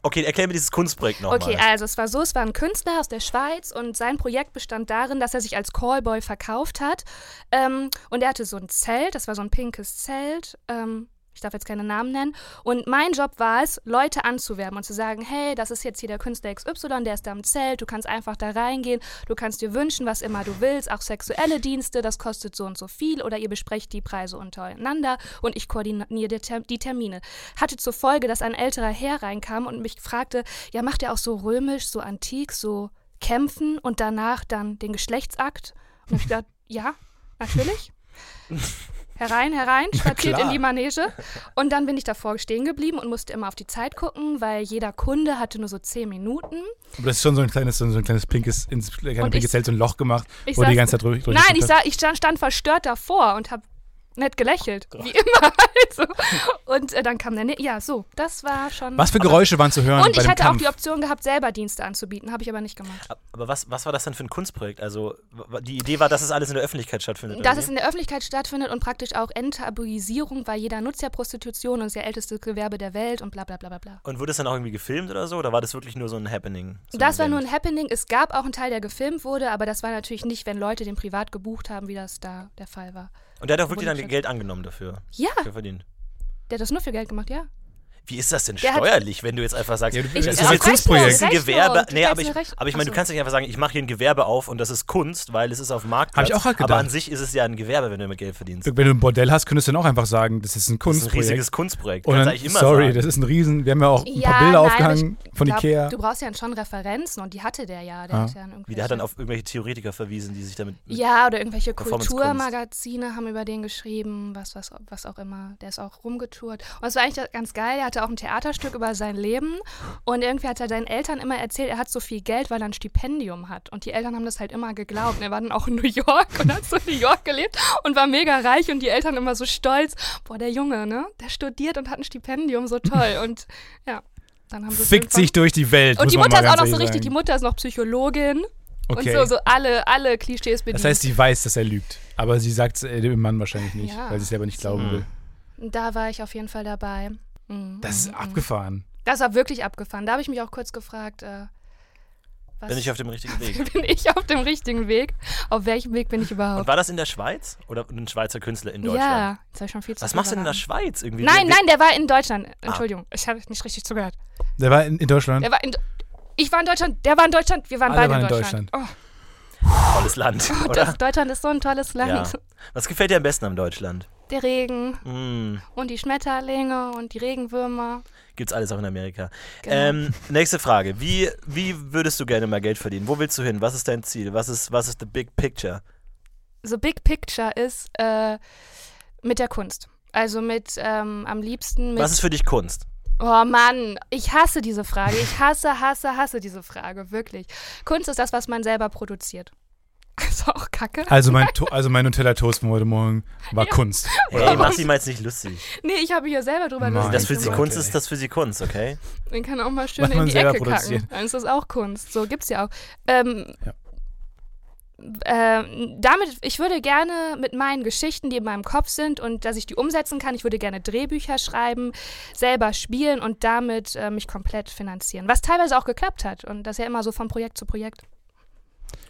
[SPEAKER 1] Okay, erklär mir dieses Kunstprojekt nochmal.
[SPEAKER 3] Okay, also es war so, es war ein Künstler aus der Schweiz und sein Projekt bestand darin, dass er sich als Callboy verkauft hat. Ähm, und er hatte so ein Zelt, das war so ein pinkes Zelt. Ähm, ich darf jetzt keine Namen nennen. Und mein Job war es, Leute anzuwerben und zu sagen, hey, das ist jetzt hier der Künstler XY, der ist da im Zelt, du kannst einfach da reingehen, du kannst dir wünschen, was immer du willst, auch sexuelle Dienste, das kostet so und so viel oder ihr besprecht die Preise untereinander und ich koordiniere die Ter- die Termine. Hatte zur Folge, dass ein älterer Herr reinkam und mich fragte, ja, macht er auch so römisch, so antik, so kämpfen und danach dann den Geschlechtsakt? Und hab ich gedacht, ja, natürlich. Herein, herein, spaziert in
[SPEAKER 2] klar.
[SPEAKER 3] die Manege. Und dann bin ich davor stehen geblieben und musste immer auf die Zeit gucken, weil jeder Kunde hatte nur so zehn Minuten.
[SPEAKER 2] Aber das ist schon so ein kleines, so ein kleines pinkes, ins kleine
[SPEAKER 3] Und
[SPEAKER 2] pinke
[SPEAKER 3] ich-
[SPEAKER 2] Zelt, so ein Loch gemacht,
[SPEAKER 3] ich
[SPEAKER 2] wo die
[SPEAKER 3] saß-
[SPEAKER 2] ganze Zeit durch.
[SPEAKER 3] Nein, ich, sa ich stand, stand verstört davor und habe nett gelächelt,
[SPEAKER 2] Oh
[SPEAKER 3] wie immer. Also. Und äh, dann kam der, Nä- ja, so, das war schon.
[SPEAKER 2] Was für Geräusche waren zu hören
[SPEAKER 3] und
[SPEAKER 2] bei
[SPEAKER 3] ich
[SPEAKER 2] dem
[SPEAKER 3] hätte auch
[SPEAKER 2] Kampf?
[SPEAKER 3] die Option gehabt, selber Dienste anzubieten, habe ich aber nicht gemacht.
[SPEAKER 1] Aber was, was war das denn für ein Kunstprojekt? Also, w- die Idee war, dass es alles in der Öffentlichkeit stattfindet.
[SPEAKER 3] Dass
[SPEAKER 1] oder
[SPEAKER 3] es in der Öffentlichkeit stattfindet und praktisch auch Enttabuisierung, weil jeder nutzt ja Prostitution und ist ja ältestes Gewerbe der Welt und bla bla bla bla bla.
[SPEAKER 1] Und wurde es dann auch irgendwie gefilmt oder so? Oder war das wirklich nur so ein Happening? So ein
[SPEAKER 3] Das war
[SPEAKER 1] Event?
[SPEAKER 3] nur ein Happening. Es gab auch einen Teil, der gefilmt wurde, aber das war natürlich nicht, wenn Leute den privat gebucht haben, wie das da der Fall war.
[SPEAKER 1] Und der hat auch wirklich dann
[SPEAKER 3] Wunderschön.
[SPEAKER 1] Geld angenommen dafür.
[SPEAKER 3] Ja,
[SPEAKER 1] Dafür verdient.
[SPEAKER 3] der hat das nur für Geld gemacht, ja.
[SPEAKER 1] Wie ist das denn
[SPEAKER 3] Der hat-
[SPEAKER 1] steuerlich, wenn du jetzt einfach sagst,
[SPEAKER 2] Ja, du-
[SPEAKER 1] das
[SPEAKER 2] Ich- äh,
[SPEAKER 1] ist
[SPEAKER 2] auf
[SPEAKER 1] jetzt
[SPEAKER 2] Rechnung,
[SPEAKER 1] ein
[SPEAKER 3] Rechnung,
[SPEAKER 1] Gewerbe.
[SPEAKER 3] du
[SPEAKER 1] Nee,
[SPEAKER 3] stellst
[SPEAKER 1] aber ich,
[SPEAKER 3] eine Rechnung-
[SPEAKER 1] aber ich meine, du
[SPEAKER 3] Achso.
[SPEAKER 1] kannst nicht einfach sagen, ich mache hier ein Gewerbe auf und das ist Kunst, weil es ist auf dem Markt.
[SPEAKER 2] Hab ich auch gerade
[SPEAKER 1] Aber
[SPEAKER 2] gedacht.
[SPEAKER 1] an sich ist es ja ein Gewerbe, wenn du damit Geld verdienst.
[SPEAKER 2] Wenn du ein Bordell hast, könntest du dann auch einfach sagen, das ist ein
[SPEAKER 1] Das ist ein
[SPEAKER 2] Kunstprojekt.
[SPEAKER 1] riesiges Kunstprojekt.
[SPEAKER 2] und
[SPEAKER 1] Kannst
[SPEAKER 2] dann,
[SPEAKER 1] eigentlich immer
[SPEAKER 2] sorry,
[SPEAKER 1] sagen.
[SPEAKER 2] das ist ein Riesen. Wir haben ja auch ein paar Bilder
[SPEAKER 3] nein, aber
[SPEAKER 2] aufgehangen
[SPEAKER 3] ich
[SPEAKER 2] von
[SPEAKER 3] glaub,
[SPEAKER 2] Ikea.
[SPEAKER 3] Du brauchst ja schon Referenzen und die hatte der ja. Der
[SPEAKER 2] Ah.
[SPEAKER 3] hatte ja dann
[SPEAKER 1] Wie der hat dann
[SPEAKER 3] irgendwelche-
[SPEAKER 1] auf irgendwelche Theoretiker verwiesen, die sich damit.
[SPEAKER 3] Ja, oder irgendwelche
[SPEAKER 1] Performance-Kunst.
[SPEAKER 3] Kulturmagazine haben über den geschrieben, was, was, was auch immer. Der ist auch rumgetourt. Und es war eigentlich ganz geil. Er hatte auch ein Theaterstück über sein Leben. Und irgendwie hat er seinen Eltern immer erzählt, er hat so viel Geld, weil er ein Stipendium hat. Und die Eltern haben das halt immer geglaubt. Und er war dann auch in New York und hat so in New York gelebt und war mega reich. Und die Eltern immer so stolz. Boah, der Junge, ne? Der studiert und hat ein Stipendium, so toll. Und ja, dann haben sie es
[SPEAKER 2] Fickt
[SPEAKER 3] irgendwann-
[SPEAKER 2] sich durch die Welt.
[SPEAKER 3] Und
[SPEAKER 2] muss
[SPEAKER 3] die
[SPEAKER 2] man
[SPEAKER 3] Mutter
[SPEAKER 2] mal
[SPEAKER 3] ist auch noch
[SPEAKER 2] ganz
[SPEAKER 3] so
[SPEAKER 2] ehrlich
[SPEAKER 3] richtig, die
[SPEAKER 2] sagen.
[SPEAKER 3] Mutter ist noch Psychologin.
[SPEAKER 2] Okay.
[SPEAKER 3] Und so, so alle, alle Klischees bedient.
[SPEAKER 2] das heißt, sie weiß, dass er lügt. Aber sie sagt es äh, dem Mann wahrscheinlich nicht,
[SPEAKER 3] Ja.
[SPEAKER 2] weil sie es selber nicht glauben
[SPEAKER 1] Mhm.
[SPEAKER 2] will.
[SPEAKER 3] Da war ich auf jeden Fall dabei. Mhm.
[SPEAKER 2] Das ist abgefahren.
[SPEAKER 3] Das war wirklich abgefahren. Da habe ich mich auch kurz gefragt, äh, was
[SPEAKER 1] Bin ich auf dem richtigen Weg?
[SPEAKER 3] bin ich auf dem richtigen Weg? Auf welchem Weg bin ich
[SPEAKER 1] Und
[SPEAKER 3] überhaupt?
[SPEAKER 1] war das in der Schweiz? Oder ein Schweizer Künstler in Deutschland?
[SPEAKER 3] ja, jetzt habe ich schon viel zu
[SPEAKER 1] Was
[SPEAKER 3] viel
[SPEAKER 1] machst du denn in der
[SPEAKER 3] verraten.
[SPEAKER 1] Schweiz irgendwie?
[SPEAKER 3] Nein,
[SPEAKER 1] Wir-
[SPEAKER 3] nein, der war in Deutschland.
[SPEAKER 1] Ah.
[SPEAKER 3] Entschuldigung, ich habe nicht richtig zugehört.
[SPEAKER 2] Der war in, in
[SPEAKER 1] Ähm.
[SPEAKER 2] Deutschland.
[SPEAKER 3] Der war in, ich war in Deutschland, der war in Deutschland, wir waren
[SPEAKER 2] Alle
[SPEAKER 3] beide in
[SPEAKER 2] waren in
[SPEAKER 3] Deutschland.
[SPEAKER 1] wir- Tolles Land,
[SPEAKER 3] Oh,
[SPEAKER 1] oder?
[SPEAKER 3] das, Deutschland ist so ein tolles
[SPEAKER 1] Ja.
[SPEAKER 3] Land.
[SPEAKER 1] Was gefällt dir am besten am Deutschland?
[SPEAKER 3] Der Regen
[SPEAKER 1] Mm,
[SPEAKER 3] und die Schmetterlinge und die Regenwürmer.
[SPEAKER 1] gibt's alles auch in Amerika.
[SPEAKER 3] Genau.
[SPEAKER 1] Ähm, nächste Frage. Wie, wie würdest du gerne mal Geld verdienen? Wo willst du hin? Was ist dein Ziel? Was ist, was ist the big picture?
[SPEAKER 3] so Big Picture ist äh, mit der Kunst. Also mit ähm, am liebsten mit.
[SPEAKER 1] Was ist für dich Kunst?
[SPEAKER 3] Oh Mann, ich hasse diese Frage. Ich hasse, hasse, hasse diese Frage, wirklich. Kunst ist das, was man selber produziert. Ist auch Kacke.
[SPEAKER 2] Also mein, To- also mein Nutella-Toast von heute Morgen war Kunst.
[SPEAKER 1] Hey, mach sie mal jetzt nicht lustig.
[SPEAKER 3] Nee, ich habe hier selber drüber
[SPEAKER 2] Mann.
[SPEAKER 3] lustig
[SPEAKER 1] Das für sie
[SPEAKER 2] Okay.
[SPEAKER 3] gemacht.
[SPEAKER 1] Kunst ist das für sie Kunst, okay?
[SPEAKER 3] Man kann auch mal schön
[SPEAKER 2] Was man
[SPEAKER 3] in die
[SPEAKER 2] selber
[SPEAKER 3] Ecke
[SPEAKER 2] produziert.
[SPEAKER 3] kacken. Dann ist das auch Kunst. So gibt's ja auch. Ähm,
[SPEAKER 2] Ja.
[SPEAKER 3] ähm, damit, ich würde gerne mit meinen Geschichten, die in meinem Kopf sind und dass ich die umsetzen kann, ich würde gerne Drehbücher schreiben, selber spielen und damit äh, mich komplett finanzieren. Was teilweise auch geklappt hat und das ja immer so von Projekt zu Projekt.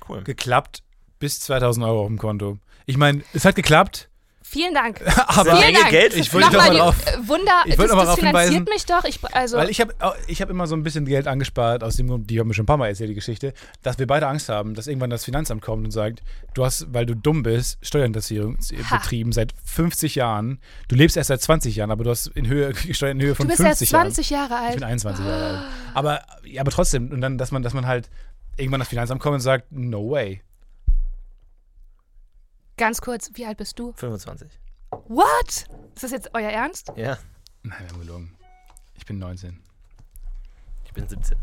[SPEAKER 1] Cool.
[SPEAKER 2] Geklappt bis 2000 Euro auf dem Konto. Ich meine, es hat geklappt.
[SPEAKER 3] Vielen Dank.
[SPEAKER 2] Aber
[SPEAKER 3] Vielen
[SPEAKER 1] Menge
[SPEAKER 3] Dank.
[SPEAKER 1] Geld.
[SPEAKER 2] Ich wollte
[SPEAKER 3] Nochmal
[SPEAKER 2] nochmal
[SPEAKER 3] die
[SPEAKER 2] drauf.
[SPEAKER 3] äh, Wunder,
[SPEAKER 2] Ich wollte noch
[SPEAKER 3] das,
[SPEAKER 2] mal
[SPEAKER 3] das
[SPEAKER 2] darauf hinweisen.
[SPEAKER 3] finanziert mich doch. Ich, also,
[SPEAKER 2] Weil ich habe ich hab immer so ein bisschen Geld angespart, aus dem Grund, die haben mir schon ein paar Mal erzählt, die Geschichte, dass wir beide Angst haben, dass irgendwann das Finanzamt kommt und sagt, du hast, weil du dumm bist, Steuerhinterziehung
[SPEAKER 3] Ha.
[SPEAKER 2] betrieben seit 50 Jahren. Du lebst erst seit 20 Jahren, aber du hast in Höhe, Steuern in Höhe
[SPEAKER 3] du
[SPEAKER 2] von
[SPEAKER 3] bist erst
[SPEAKER 2] 50 Jahren.
[SPEAKER 3] 20 Jahre alt. Ah.
[SPEAKER 2] Ich bin 21 Jahre alt. Aber, ja, aber trotzdem, und dann, dass man, dass man halt irgendwann das Finanzamt kommt und sagt, no way.
[SPEAKER 3] Ganz kurz, wie alt bist du?
[SPEAKER 1] 25.
[SPEAKER 3] What? Ist das jetzt euer Ernst?
[SPEAKER 1] Ja,
[SPEAKER 2] Nein, wir haben gelogen. Ich bin 19.
[SPEAKER 1] ich bin 17.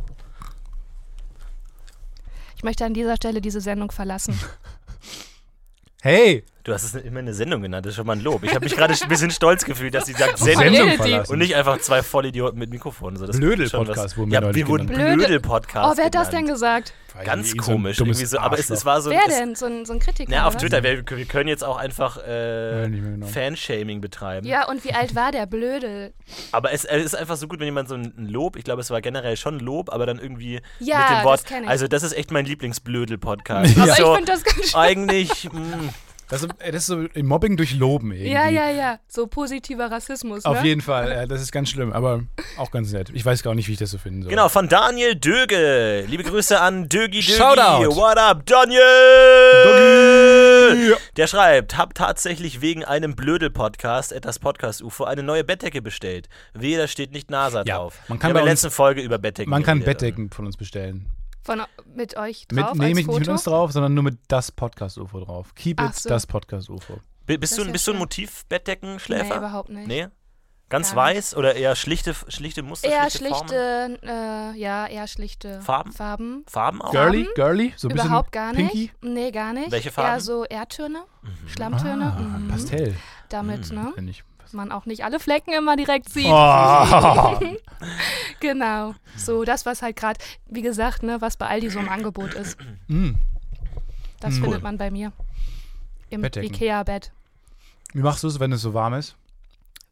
[SPEAKER 3] Ich möchte an dieser Stelle diese Sendung verlassen.
[SPEAKER 2] Hey!
[SPEAKER 1] Du hast es immer eine Sendung genannt, das ist schon mal ein Lob. Ich habe mich gerade ein bisschen stolz gefühlt, dass sie sagt
[SPEAKER 3] Sendung
[SPEAKER 1] Sendung
[SPEAKER 3] Blödel, die-
[SPEAKER 2] verlassen.
[SPEAKER 1] und nicht einfach zwei Vollidioten mit Mikrofon. So, das
[SPEAKER 2] Blödel-Podcast
[SPEAKER 1] schon was-
[SPEAKER 2] wurden wir
[SPEAKER 1] Ja,
[SPEAKER 2] neulich
[SPEAKER 1] wir wurden
[SPEAKER 2] genannt.
[SPEAKER 3] Blödel-
[SPEAKER 1] Blödel-Podcast.
[SPEAKER 3] oh, wer hat das denn
[SPEAKER 1] genannt.
[SPEAKER 3] gesagt?
[SPEAKER 1] Ganz
[SPEAKER 2] Irgendwie so ein
[SPEAKER 1] komisch.
[SPEAKER 2] dummes
[SPEAKER 1] irgendwie so, aber es, es
[SPEAKER 2] Arschloch.
[SPEAKER 1] war so.
[SPEAKER 3] Wer
[SPEAKER 1] es,
[SPEAKER 3] denn? So ein, so ein Kritiker?
[SPEAKER 1] Na, auf
[SPEAKER 3] oder?
[SPEAKER 1] Twitter. Wir, wir können jetzt auch einfach
[SPEAKER 2] Ja,
[SPEAKER 1] äh,
[SPEAKER 2] nicht mehr genau.
[SPEAKER 1] Fanshaming betreiben.
[SPEAKER 3] Ja, und wie alt war der Blödel?
[SPEAKER 1] Aber es, es ist einfach so gut, wenn jemand so ein ein Lob, ich glaube, es war generell schon Lob, aber dann irgendwie
[SPEAKER 3] Ja,
[SPEAKER 1] mit dem
[SPEAKER 3] das
[SPEAKER 1] Wort.
[SPEAKER 3] kenn ich.
[SPEAKER 1] Also, das ist echt mein Lieblingsblödel-Podcast.
[SPEAKER 3] Aber
[SPEAKER 1] Ist so,
[SPEAKER 3] ich finde das ganz schön.
[SPEAKER 1] eigentlich. mm,
[SPEAKER 2] Das ist, das ist so Mobbing durch Loben irgendwie.
[SPEAKER 3] Ja, ja, ja. So positiver Rassismus,
[SPEAKER 2] Auf
[SPEAKER 3] ne?
[SPEAKER 2] jeden Fall, ja, das ist ganz schlimm, aber auch ganz nett. Ich weiß gar nicht, wie ich das so finden soll.
[SPEAKER 1] Genau, von Daniel Döge. Liebe Grüße an Dögi Dögi.
[SPEAKER 2] Shoutout.
[SPEAKER 1] What up, Daniel?
[SPEAKER 2] Dögi.
[SPEAKER 1] Der schreibt, hab tatsächlich wegen einem Blödel-Podcast, etwas Podcast-UFO, eine neue Bettdecke bestellt. Wehe, da steht nicht NASA
[SPEAKER 2] Ja,
[SPEAKER 1] drauf.
[SPEAKER 2] man
[SPEAKER 1] Wir haben
[SPEAKER 2] kann
[SPEAKER 1] in
[SPEAKER 2] bei
[SPEAKER 1] der
[SPEAKER 2] uns-
[SPEAKER 1] letzten Folge über Bettdecken
[SPEAKER 2] Man kann
[SPEAKER 1] geredet.
[SPEAKER 2] Bettdecken von uns bestellen.
[SPEAKER 3] Von, mit euch
[SPEAKER 2] Mit,
[SPEAKER 3] drauf
[SPEAKER 2] nee,
[SPEAKER 3] als
[SPEAKER 2] mit,
[SPEAKER 3] Foto?
[SPEAKER 2] nicht mit uns drauf, sondern nur mit das Podcast-UFO drauf. Keep
[SPEAKER 3] Ach
[SPEAKER 2] it
[SPEAKER 3] so.
[SPEAKER 2] das Podcast-UFo.
[SPEAKER 1] B bist
[SPEAKER 3] Das
[SPEAKER 1] du,
[SPEAKER 3] ist ja
[SPEAKER 1] bist du ein
[SPEAKER 3] schön.
[SPEAKER 1] Motiv-Bettdecken-Schläfer?
[SPEAKER 3] Nee, überhaupt nicht.
[SPEAKER 1] Nee? Ganz
[SPEAKER 3] Gar
[SPEAKER 1] weiß oder eher schlichte, schlichte Muster,
[SPEAKER 3] Eher
[SPEAKER 1] schlichte, Formen?
[SPEAKER 3] schlichte, äh, ja, eher schlichte
[SPEAKER 1] Farben?
[SPEAKER 3] Farben.
[SPEAKER 1] Farben auch?
[SPEAKER 2] Girly, girly, so ein bisschen
[SPEAKER 3] Überhaupt gar nicht.
[SPEAKER 2] pinky.
[SPEAKER 3] Nee, gar nicht.
[SPEAKER 1] Welche Farben?
[SPEAKER 3] Eher so Erdtöne, Schlammtöne.
[SPEAKER 2] Ah,
[SPEAKER 3] mhm.
[SPEAKER 2] Pastell.
[SPEAKER 3] Damit, ne?
[SPEAKER 2] Wenn ich.
[SPEAKER 3] Man auch nicht alle Flecken immer direkt sieht.
[SPEAKER 2] Oh.
[SPEAKER 3] Genau. So, das, was halt gerade, wie gesagt, ne, was bei Aldi so im Angebot ist.
[SPEAKER 2] Mm.
[SPEAKER 3] Das
[SPEAKER 2] Mhm. Cool.
[SPEAKER 3] findet man bei mir. Im
[SPEAKER 2] Bettdecken.
[SPEAKER 3] Ikea-Bett.
[SPEAKER 2] Wie machst du es, wenn es so warm ist?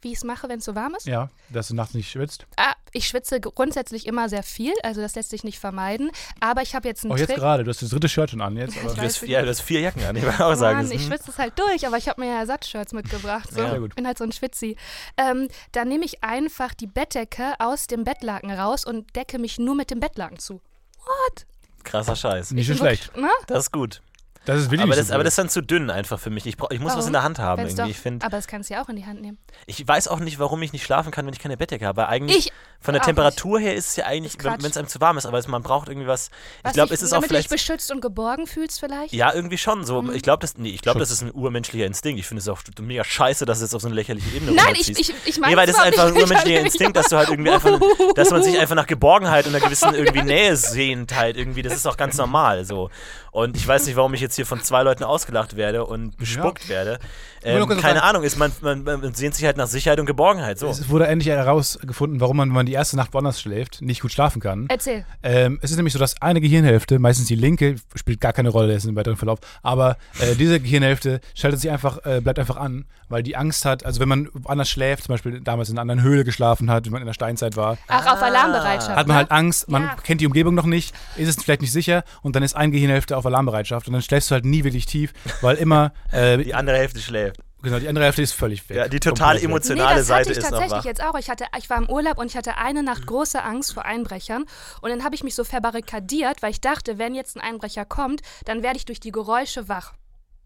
[SPEAKER 3] Wie ich es mache, wenn es so warm ist?
[SPEAKER 2] Ja, dass du nachts nicht schwitzt.
[SPEAKER 3] Ah, ich schwitze grundsätzlich immer sehr viel, also das lässt sich nicht vermeiden. Aber ich habe jetzt einen
[SPEAKER 2] Oh, jetzt
[SPEAKER 3] Trick.
[SPEAKER 2] gerade. Du hast das dritte Shirt schon an jetzt. Aber
[SPEAKER 1] Du
[SPEAKER 3] weiß
[SPEAKER 1] hast,
[SPEAKER 3] ich
[SPEAKER 1] ja, du hast vier Jacken an, ich würde auch sagen.
[SPEAKER 3] Mann,
[SPEAKER 1] das-
[SPEAKER 3] ich schwitze es halt durch, aber ich habe mir ja Ersatzshirts mitgebracht. So.
[SPEAKER 1] Ja.
[SPEAKER 2] Sehr gut.
[SPEAKER 3] Ich bin halt so ein Schwitzi. Ähm, dann nehme ich einfach die Bettdecke aus dem Bettlaken raus und decke mich nur mit dem Bettlaken zu. What?
[SPEAKER 1] Krasser Scheiß.
[SPEAKER 2] nicht so schlecht.
[SPEAKER 3] Ne?
[SPEAKER 1] Das ist gut.
[SPEAKER 2] Das ist wirklich
[SPEAKER 1] Aber
[SPEAKER 2] nicht
[SPEAKER 1] das,
[SPEAKER 2] so
[SPEAKER 1] aber
[SPEAKER 2] blöd.
[SPEAKER 1] das ist dann zu dünn einfach für mich. Ich, brauch, ich muss was
[SPEAKER 3] Warum?
[SPEAKER 1] in der Hand haben
[SPEAKER 3] Wenn's
[SPEAKER 1] irgendwie.
[SPEAKER 3] doch-
[SPEAKER 1] Ich, find,
[SPEAKER 3] aber das kannst du ja auch in die Hand nehmen.
[SPEAKER 1] ich weiß auch nicht, warum ich nicht schlafen kann, wenn ich keine Bettdecke habe. Weil Eigentlich
[SPEAKER 3] Ich
[SPEAKER 1] von der
[SPEAKER 3] auch
[SPEAKER 1] Temperatur her ist es ja eigentlich,
[SPEAKER 3] Ist
[SPEAKER 1] wenn
[SPEAKER 3] Quatsch.
[SPEAKER 1] es einem zu warm ist, aber es, man braucht irgendwie was.
[SPEAKER 3] Was
[SPEAKER 1] ich glaube, es ist auch
[SPEAKER 3] damit du dich
[SPEAKER 1] vielleicht.
[SPEAKER 3] beschützt und geborgen fühlst vielleicht.
[SPEAKER 1] Ja, irgendwie schon. So,
[SPEAKER 3] Mhm.
[SPEAKER 1] Ich glaube, das, nee, ich glaub,
[SPEAKER 2] Schutz.
[SPEAKER 1] das ist ein urmenschlicher Instinkt. Ich finde es auch mega scheiße, dass du jetzt auf so eine lächerliche Ebene
[SPEAKER 3] Nein, ich,
[SPEAKER 1] runterziehst.
[SPEAKER 3] ich, ich meine
[SPEAKER 1] nee, weil das ist einfach ein urmenschlicher Instinkt, dass du halt irgendwie einfach, dass man sich einfach nach Geborgenheit und einer gewissen irgendwie Nähe sehnt halt irgendwie. Das ist auch ganz normal so. Und ich weiß nicht, warum ich jetzt hier von zwei Leuten ausgelacht werde und bespuckt werde. Ähm,
[SPEAKER 2] nur kurz
[SPEAKER 1] keine
[SPEAKER 2] sagen-
[SPEAKER 1] Ahnung, ist man, man, man sehnt sich halt nach Sicherheit und Geborgenheit. So.
[SPEAKER 2] Es wurde endlich herausgefunden, warum man, wenn man die erste Nacht woanders schläft, nicht gut schlafen kann.
[SPEAKER 3] Erzähl.
[SPEAKER 2] Ähm, es ist nämlich so, dass eine Gehirnhälfte, meistens die linke, spielt gar keine Rolle jetzt im weiteren Verlauf, aber äh, diese Gehirnhälfte schaltet sich einfach, äh, bleibt einfach an, weil die Angst hat, also wenn man anders schläft, zum Beispiel damals in einer anderen Höhle geschlafen hat, wenn man in der Steinzeit war,
[SPEAKER 1] Ah.
[SPEAKER 3] Ach, auf Alarmbereitschaft.
[SPEAKER 2] hat man
[SPEAKER 3] ne?
[SPEAKER 2] halt Angst, man
[SPEAKER 3] Ja.
[SPEAKER 2] kennt die Umgebung noch nicht, ist es vielleicht nicht sicher und dann ist eine Gehirnhälfte auf Alarmbereitschaft und dann schläfst du halt nie wirklich tief, weil immer, äh,
[SPEAKER 1] Die andere Hälfte schläft.
[SPEAKER 2] genau, die andere Hälfte ist völlig weg.
[SPEAKER 1] Ja, die total
[SPEAKER 2] Komplett weg.
[SPEAKER 1] emotionale
[SPEAKER 3] nee, das
[SPEAKER 1] Seite
[SPEAKER 3] hatte ich
[SPEAKER 1] ist noch
[SPEAKER 3] tatsächlich
[SPEAKER 1] wach.
[SPEAKER 3] jetzt auch. Ich, hatte, ich war im Urlaub und ich hatte eine Nacht große Angst vor Einbrechern. Und dann habe ich mich so verbarrikadiert, weil ich dachte, wenn jetzt ein Einbrecher kommt, dann werde ich durch die Geräusche wach.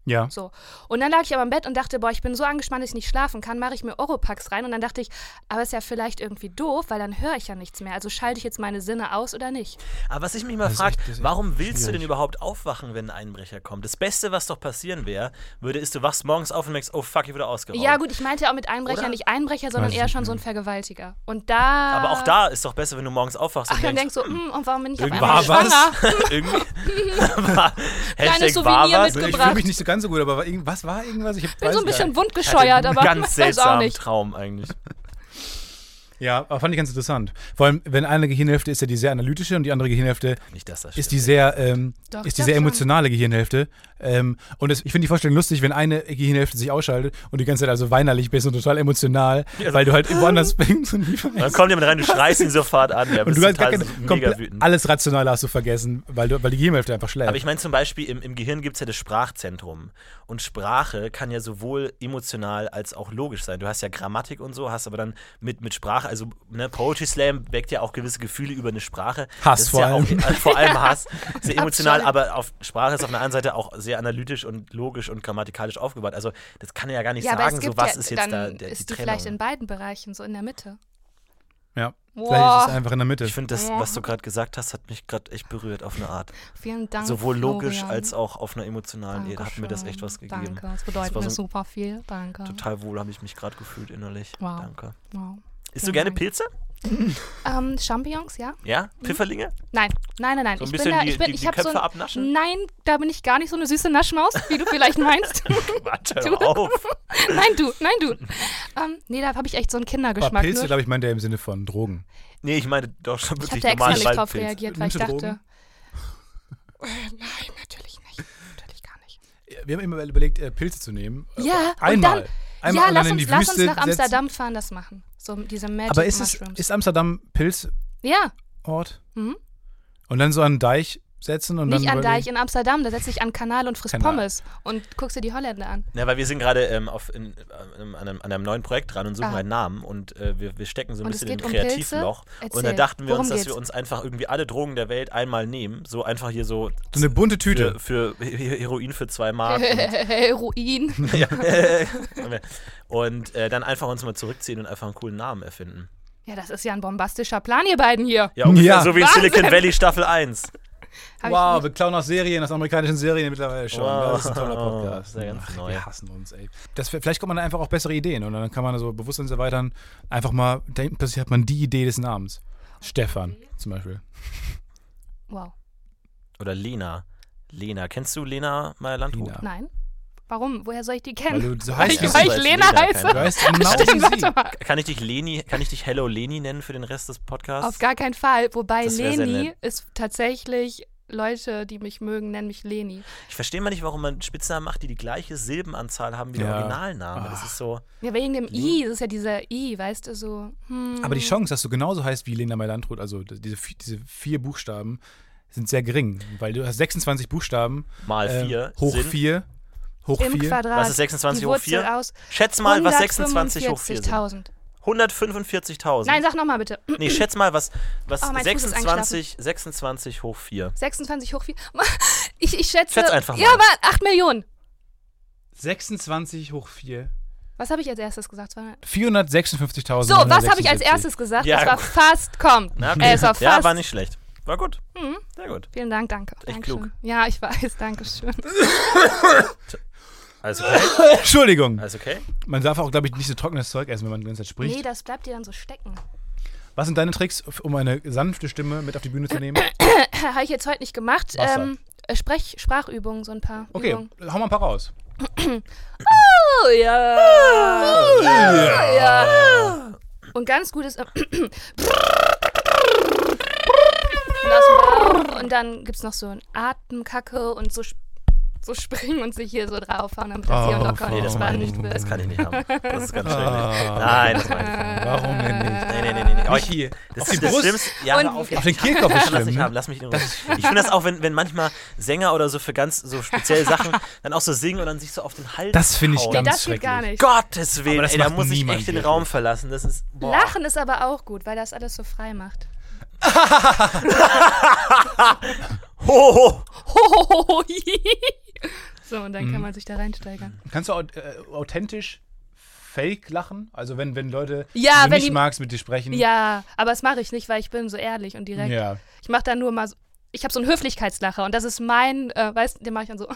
[SPEAKER 2] Ja.
[SPEAKER 3] So. Und dann lag ich aber im Bett und dachte, boah, ich bin so angespannt, dass ich nicht schlafen kann, mache ich mir Oropax rein. Und dann dachte ich, aber ist ja vielleicht irgendwie doof, weil dann höre ich ja nichts mehr. Also schalte ich jetzt meine Sinne aus oder nicht?
[SPEAKER 1] Aber was ich mich mal
[SPEAKER 2] ist
[SPEAKER 1] frage,
[SPEAKER 2] echt- das ist echt
[SPEAKER 1] warum willst du denn
[SPEAKER 2] schwierig.
[SPEAKER 1] überhaupt aufwachen, wenn ein Einbrecher kommt? Das Beste, was doch passieren wäre, würde, ist, du wachst morgens auf und merkst, oh fuck, ich wurde ausgeraubt.
[SPEAKER 3] Ja, gut, ich meinte ja auch mit Einbrecher
[SPEAKER 1] Oder?
[SPEAKER 3] nicht Einbrecher, sondern
[SPEAKER 2] Weiß
[SPEAKER 3] eher
[SPEAKER 2] ich
[SPEAKER 3] schon so ein Vergewaltiger. Und da.
[SPEAKER 1] Aber auch da ist doch besser, wenn du morgens aufwachst
[SPEAKER 3] Ach,
[SPEAKER 1] und
[SPEAKER 3] dann
[SPEAKER 1] denkst,
[SPEAKER 3] denkst du, hm, und warum bin ich auf
[SPEAKER 1] irgendwie
[SPEAKER 3] einmal
[SPEAKER 1] war
[SPEAKER 3] schwanger?
[SPEAKER 1] was. irgendwie. war, Hashtag
[SPEAKER 3] Souvenir
[SPEAKER 1] war was.
[SPEAKER 2] Ich
[SPEAKER 3] mitgebracht.
[SPEAKER 2] fühle mich nicht so ganz so gut, aber war irgend- was war irgendwas? Ich hab-
[SPEAKER 3] bin so
[SPEAKER 2] weiß
[SPEAKER 3] ein
[SPEAKER 2] gar
[SPEAKER 3] bisschen
[SPEAKER 2] nicht.
[SPEAKER 1] Ich hatte
[SPEAKER 3] wundgescheuert,
[SPEAKER 1] einen
[SPEAKER 3] aber
[SPEAKER 1] Ganz
[SPEAKER 3] weiß auch
[SPEAKER 1] seltsamen
[SPEAKER 3] nicht.
[SPEAKER 1] Traum eigentlich.
[SPEAKER 2] Ja, aber fand ich ganz interessant. Vor allem, wenn eine Gehirnhälfte ist ja die sehr analytische und die andere Gehirnhälfte
[SPEAKER 1] Nicht, dass das
[SPEAKER 2] ist
[SPEAKER 1] stimmt.
[SPEAKER 2] die sehr, ähm,
[SPEAKER 3] Doch,
[SPEAKER 2] ist die
[SPEAKER 3] doch
[SPEAKER 2] sehr
[SPEAKER 3] schon.
[SPEAKER 2] emotionale Gehirnhälfte. Ähm, und es, ich finde die Vorstellung lustig, wenn eine Gehirnhälfte sich ausschaltet und die ganze Zeit also weinerlich bist und total emotional,
[SPEAKER 1] Ja, so-
[SPEAKER 2] weil du halt
[SPEAKER 3] Ah.
[SPEAKER 2] woanders bist und nie
[SPEAKER 1] Dann
[SPEAKER 2] weißt.
[SPEAKER 1] kommt jemand rein, du schreist ihn sofort an. Ja,
[SPEAKER 2] Und
[SPEAKER 1] bist
[SPEAKER 2] du hast
[SPEAKER 1] total
[SPEAKER 2] gar keine,
[SPEAKER 1] so mega
[SPEAKER 2] komplett,
[SPEAKER 1] wütend.
[SPEAKER 2] alles Rationale hast du vergessen, weil, du, weil die Gehirnhälfte einfach schläft.
[SPEAKER 1] Aber ich meine zum Beispiel, im, im Gehirn gibt es ja das Sprachzentrum. Und Sprache kann ja sowohl emotional als auch logisch sein. Du hast ja Grammatik und so, hast aber dann mit, mit Sprache, also ne, Poetry Slam weckt ja auch gewisse Gefühle über eine Sprache.
[SPEAKER 2] Hass
[SPEAKER 1] Das ist
[SPEAKER 2] vor
[SPEAKER 1] ja
[SPEAKER 2] allem.
[SPEAKER 1] Auch, äh, vor allem Hass. Sehr emotional,
[SPEAKER 3] Abscheu.
[SPEAKER 1] aber auf Sprache ist auf der anderen Seite auch sehr analytisch und logisch und grammatikalisch aufgebaut. Also das kann er ja gar nicht
[SPEAKER 3] Ja, aber
[SPEAKER 1] sagen,
[SPEAKER 3] es
[SPEAKER 1] so
[SPEAKER 3] gibt
[SPEAKER 1] was
[SPEAKER 3] ja,
[SPEAKER 1] ist jetzt
[SPEAKER 3] dann
[SPEAKER 1] da der, die
[SPEAKER 3] ist die
[SPEAKER 1] Trennung.
[SPEAKER 3] vielleicht in beiden Bereichen, so in der Mitte.
[SPEAKER 2] ja. Vielleicht
[SPEAKER 3] Boah.
[SPEAKER 2] ist es einfach in der Mitte.
[SPEAKER 1] Ich finde das, was du gerade gesagt hast, hat mich gerade echt berührt auf eine Art.
[SPEAKER 3] Vielen Dank.
[SPEAKER 1] Sowohl logisch
[SPEAKER 3] Florian.
[SPEAKER 1] als auch auf einer emotionalen Ebene hat mir das echt
[SPEAKER 3] Dankeschön.
[SPEAKER 1] was gegeben.
[SPEAKER 3] Danke, das
[SPEAKER 1] Das
[SPEAKER 3] bedeutet
[SPEAKER 1] war
[SPEAKER 3] mir
[SPEAKER 1] so-
[SPEAKER 3] super viel. Danke.
[SPEAKER 1] Total wohl habe ich mich gerade gefühlt innerlich.
[SPEAKER 3] Ah. Wow.
[SPEAKER 1] Danke.
[SPEAKER 3] Wow.
[SPEAKER 1] Isst du
[SPEAKER 3] Vielen
[SPEAKER 1] gerne
[SPEAKER 3] Dank.
[SPEAKER 1] Pilze?
[SPEAKER 3] Ähm, Champignons, ja?
[SPEAKER 1] Ja? Pfifferlinge?
[SPEAKER 3] Nein, nein, nein, nein.
[SPEAKER 1] So ein
[SPEAKER 3] ich
[SPEAKER 1] bisschen
[SPEAKER 3] Hm. bin da,
[SPEAKER 1] die-
[SPEAKER 3] ich bin,
[SPEAKER 1] die-
[SPEAKER 3] ich
[SPEAKER 1] die
[SPEAKER 3] hab so
[SPEAKER 1] Köpfe
[SPEAKER 3] ein, Hm.
[SPEAKER 1] abnaschen?
[SPEAKER 3] Nein, da bin ich gar nicht so eine süße Naschmaus, wie du vielleicht meinst.
[SPEAKER 1] Warte
[SPEAKER 3] Du-
[SPEAKER 1] auf.
[SPEAKER 3] nein, du, nein, du. Ähm, nee, da habe ich echt so einen
[SPEAKER 2] Aber
[SPEAKER 3] Kindergeschmack.
[SPEAKER 2] Pilze,
[SPEAKER 3] nur.
[SPEAKER 2] glaube ich, meint er im Sinne von Drogen.
[SPEAKER 1] Nee, ich meine doch schon
[SPEAKER 3] Ich habe
[SPEAKER 1] wirklich
[SPEAKER 3] da extra
[SPEAKER 1] normale
[SPEAKER 3] nicht drauf
[SPEAKER 1] Waldpilze.
[SPEAKER 3] reagiert, weil
[SPEAKER 2] Nimmst
[SPEAKER 3] ich
[SPEAKER 2] du Drogen?
[SPEAKER 3] dachte. Äh, Nein, natürlich nicht. Natürlich gar nicht.
[SPEAKER 2] Wir haben immer überlegt, äh, Pilze zu nehmen.
[SPEAKER 3] Ja,
[SPEAKER 2] Äh, einmal.
[SPEAKER 3] und dann,
[SPEAKER 2] einmal
[SPEAKER 3] ja,
[SPEAKER 2] und dann
[SPEAKER 3] lass
[SPEAKER 2] in
[SPEAKER 3] uns,
[SPEAKER 2] die
[SPEAKER 3] lass
[SPEAKER 2] Wüste
[SPEAKER 3] uns nach
[SPEAKER 2] setzen.
[SPEAKER 3] Amsterdam fahren, das machen. So diese Magic
[SPEAKER 2] Aber ist, es,
[SPEAKER 3] Mushrooms.
[SPEAKER 2] ist Amsterdam Pilzort?
[SPEAKER 3] ja,
[SPEAKER 2] Mhm. Und dann so an den Deich setzen und
[SPEAKER 3] nicht
[SPEAKER 2] dann.
[SPEAKER 3] an Deich
[SPEAKER 2] überlegen-
[SPEAKER 3] in Amsterdam, da setz dich an Kanal und frisst
[SPEAKER 2] Kanal.
[SPEAKER 3] Pommes und guckst dir die Holländer an.
[SPEAKER 1] Na, weil wir sind gerade ähm, auf in, ähm, an, einem, an einem neuen Projekt dran und suchen
[SPEAKER 3] Ah.
[SPEAKER 1] einen Namen und äh, wir, wir stecken so ein
[SPEAKER 3] Und es
[SPEAKER 1] bisschen im
[SPEAKER 3] geht um Pilze?
[SPEAKER 1] Kreativloch. Und da
[SPEAKER 3] Erzähl.
[SPEAKER 1] dachten wir
[SPEAKER 3] Worum
[SPEAKER 1] uns, dass
[SPEAKER 3] geht's?
[SPEAKER 1] wir uns einfach irgendwie alle Drogen der Welt einmal nehmen. So einfach hier so.
[SPEAKER 2] So eine bunte Tüte.
[SPEAKER 1] Für, für He- Heroin für zwei Mark. und-
[SPEAKER 3] Heroin.
[SPEAKER 1] ja. und äh, dann einfach uns mal zurückziehen und einfach einen coolen Namen erfinden.
[SPEAKER 3] Ja, das ist ja ein bombastischer Plan, ihr beiden hier.
[SPEAKER 1] Ja, ungefähr
[SPEAKER 2] Ja.
[SPEAKER 1] so wie in Silicon Valley Staffel 1.
[SPEAKER 3] Hab
[SPEAKER 2] Wow,
[SPEAKER 3] Ich,
[SPEAKER 2] wir klauen aus Serien, aus amerikanischen Serien mittlerweile schon.
[SPEAKER 1] Wow.
[SPEAKER 2] Das ist ein toller Podcast.
[SPEAKER 1] Das ist ja ganz
[SPEAKER 2] Ach,
[SPEAKER 1] neu.
[SPEAKER 2] Wir hassen uns, ey. Das, vielleicht kommt man da einfach auf bessere Ideen und dann kann man so bewusstseinserweitern einfach mal denken, plötzlich hat man die Idee des Namens. Stefan zum Beispiel.
[SPEAKER 3] wow.
[SPEAKER 1] Oder Lena. Lena. Kennst du Lena Meyer-Landrut?
[SPEAKER 2] Lena.
[SPEAKER 3] Nein. Warum? Woher soll ich die
[SPEAKER 2] Weil
[SPEAKER 3] kennen?
[SPEAKER 2] du so
[SPEAKER 3] Weil
[SPEAKER 2] heißt.
[SPEAKER 1] Ja,
[SPEAKER 3] ich,
[SPEAKER 2] wie
[SPEAKER 1] weiß,
[SPEAKER 3] weil
[SPEAKER 2] sie.
[SPEAKER 3] ich
[SPEAKER 1] weil
[SPEAKER 3] Lena
[SPEAKER 1] Lena
[SPEAKER 3] heiße.
[SPEAKER 1] keine-
[SPEAKER 2] Du heißt genau
[SPEAKER 3] Stimmt,
[SPEAKER 2] wie sie.
[SPEAKER 3] warte mal.
[SPEAKER 1] Kann ich dich Leni, kann ich dich Hello Leni nennen für den Rest des Podcasts?
[SPEAKER 3] Auf gar keinen Fall. Wobei
[SPEAKER 1] Das wär sehr
[SPEAKER 3] Leni
[SPEAKER 1] nett.
[SPEAKER 3] ist tatsächlich, Leute, die mich mögen, nennen mich Leni.
[SPEAKER 1] ich verstehe mal nicht, warum man Spitznamen macht, die die gleiche Silbenanzahl haben wie der
[SPEAKER 2] Ja.
[SPEAKER 1] Originalname. Das
[SPEAKER 2] Ah.
[SPEAKER 1] ist so.
[SPEAKER 3] Ja, wegen
[SPEAKER 1] Hm?
[SPEAKER 3] dem I, das ist ja dieser I, weißt du, so. Hm.
[SPEAKER 2] Aber die Chance, dass du genauso heißt wie Lena Melandrut, also d- diese, vi- diese vier Buchstaben, sind sehr gering, weil du hast 26 Buchstaben.
[SPEAKER 1] Mal
[SPEAKER 2] äh,
[SPEAKER 1] vier
[SPEAKER 2] hoch
[SPEAKER 1] sind-
[SPEAKER 2] vier. Hoch
[SPEAKER 3] im
[SPEAKER 2] vier.
[SPEAKER 3] Quadrat.
[SPEAKER 1] Was ist 26
[SPEAKER 3] die
[SPEAKER 1] hoch
[SPEAKER 3] Wurzel
[SPEAKER 1] 4?
[SPEAKER 3] aus
[SPEAKER 1] Schätz mal, was 26 hoch 4 sind. Also
[SPEAKER 3] 145.000.
[SPEAKER 1] 145.000.
[SPEAKER 3] Nein, sag nochmal bitte.
[SPEAKER 1] Nee, schätz mal, was, was
[SPEAKER 3] Oh, mein Fuß ist
[SPEAKER 1] 26, 26 hoch 4.
[SPEAKER 3] 26 hoch 4. Ich, ich schätze.
[SPEAKER 1] Schätz einfach mal.
[SPEAKER 3] Ja, aber 8 Millionen.
[SPEAKER 2] 26 hoch 4.
[SPEAKER 3] Was habe ich als erstes gesagt? 200.
[SPEAKER 2] 456.000.
[SPEAKER 3] So, was habe ich als erstes gesagt?
[SPEAKER 1] Ja,
[SPEAKER 3] das war
[SPEAKER 1] gut.
[SPEAKER 3] fast, komm.
[SPEAKER 1] Na,
[SPEAKER 3] Äh, es war fast.
[SPEAKER 1] ja, war nicht schlecht. War gut.
[SPEAKER 3] Mhm.
[SPEAKER 1] Sehr gut.
[SPEAKER 3] Vielen Dank, danke.
[SPEAKER 1] Echt
[SPEAKER 3] Dankeschön.
[SPEAKER 1] klug.
[SPEAKER 3] Ja, ich weiß, danke schön.
[SPEAKER 1] Alles okay?
[SPEAKER 2] Entschuldigung.
[SPEAKER 1] Alles okay?
[SPEAKER 2] Man darf auch, glaube ich, nicht so trockenes Zeug essen, wenn man die ganze Zeit spricht.
[SPEAKER 3] Nee, das bleibt dir dann so stecken.
[SPEAKER 2] Was sind deine Tricks, um eine sanfte Stimme mit auf die Bühne zu nehmen?
[SPEAKER 3] habe ich jetzt heute nicht gemacht.
[SPEAKER 2] Wasser.
[SPEAKER 3] Ähm,
[SPEAKER 1] halt.
[SPEAKER 3] äh, Sprech, Sprachübungen, so ein paar.
[SPEAKER 2] Okay, hau
[SPEAKER 3] Übungen.
[SPEAKER 2] mal ein paar raus.
[SPEAKER 3] Oh ja. Oh, ja. Und ganz gutes. äh, Aus dem Bauch. Und dann gibt es noch so ein Atemkacke und so, sp- so springen und sich hier so draufhauen, damit das hier
[SPEAKER 2] Oh,
[SPEAKER 3] locker
[SPEAKER 1] Nee,
[SPEAKER 3] und
[SPEAKER 1] das
[SPEAKER 2] Oh.
[SPEAKER 1] meine ich
[SPEAKER 3] entspannt
[SPEAKER 1] nicht. Das
[SPEAKER 3] wird.
[SPEAKER 1] kann ich nicht haben. Das ist ganz schrecklich.
[SPEAKER 2] Ah.
[SPEAKER 1] Nein, das meine ich nicht.
[SPEAKER 3] Äh. Ah.
[SPEAKER 2] Warum denn nicht?
[SPEAKER 1] Nee, nee, nee, nee. nee. Oh,
[SPEAKER 2] Nicht
[SPEAKER 1] ich,
[SPEAKER 2] hier.
[SPEAKER 1] Das
[SPEAKER 2] Auf
[SPEAKER 1] ist
[SPEAKER 2] die
[SPEAKER 1] das
[SPEAKER 2] Brust.
[SPEAKER 1] Schlimmste. Ja,
[SPEAKER 3] Und-
[SPEAKER 1] hör auf,
[SPEAKER 2] Auf den
[SPEAKER 1] Ich kann
[SPEAKER 2] Kehlkopf ist
[SPEAKER 1] das
[SPEAKER 2] schlimm.
[SPEAKER 1] nicht haben,
[SPEAKER 2] ne?
[SPEAKER 1] lass mich in Ruhe. Ich finde das auch, wenn, wenn manchmal Sänger oder so für ganz so spezielle Sachen dann auch so singen und dann sich so auf den Hals
[SPEAKER 2] Das finde ich
[SPEAKER 1] hauen.
[SPEAKER 2] ganz
[SPEAKER 3] das geht gar
[SPEAKER 2] schrecklich.
[SPEAKER 3] nicht.
[SPEAKER 1] Gottes Willen,
[SPEAKER 2] Aber das
[SPEAKER 1] ey, da
[SPEAKER 2] macht
[SPEAKER 1] muss ich
[SPEAKER 2] niemand
[SPEAKER 1] echt den
[SPEAKER 2] wirklich.
[SPEAKER 1] Raum verlassen. Das ist. Boah.
[SPEAKER 3] Lachen ist aber auch gut, weil das alles so frei macht.
[SPEAKER 1] Ho, ho.
[SPEAKER 3] so, und dann kann man sich da reinsteigern.
[SPEAKER 2] Kannst du au- äh, authentisch fake lachen? Also wenn, wenn Leute,
[SPEAKER 3] Ja,
[SPEAKER 2] die du
[SPEAKER 3] wenn
[SPEAKER 2] nicht
[SPEAKER 3] die-
[SPEAKER 2] magst, mit dir sprechen.
[SPEAKER 3] Ja, aber das mache ich nicht, weil ich bin so ehrlich und direkt.
[SPEAKER 2] Ja.
[SPEAKER 3] Ich mache da nur mal so. Ich habe so einen Höflichkeitslacher und das ist mein, äh, weißt du, den mache ich dann so.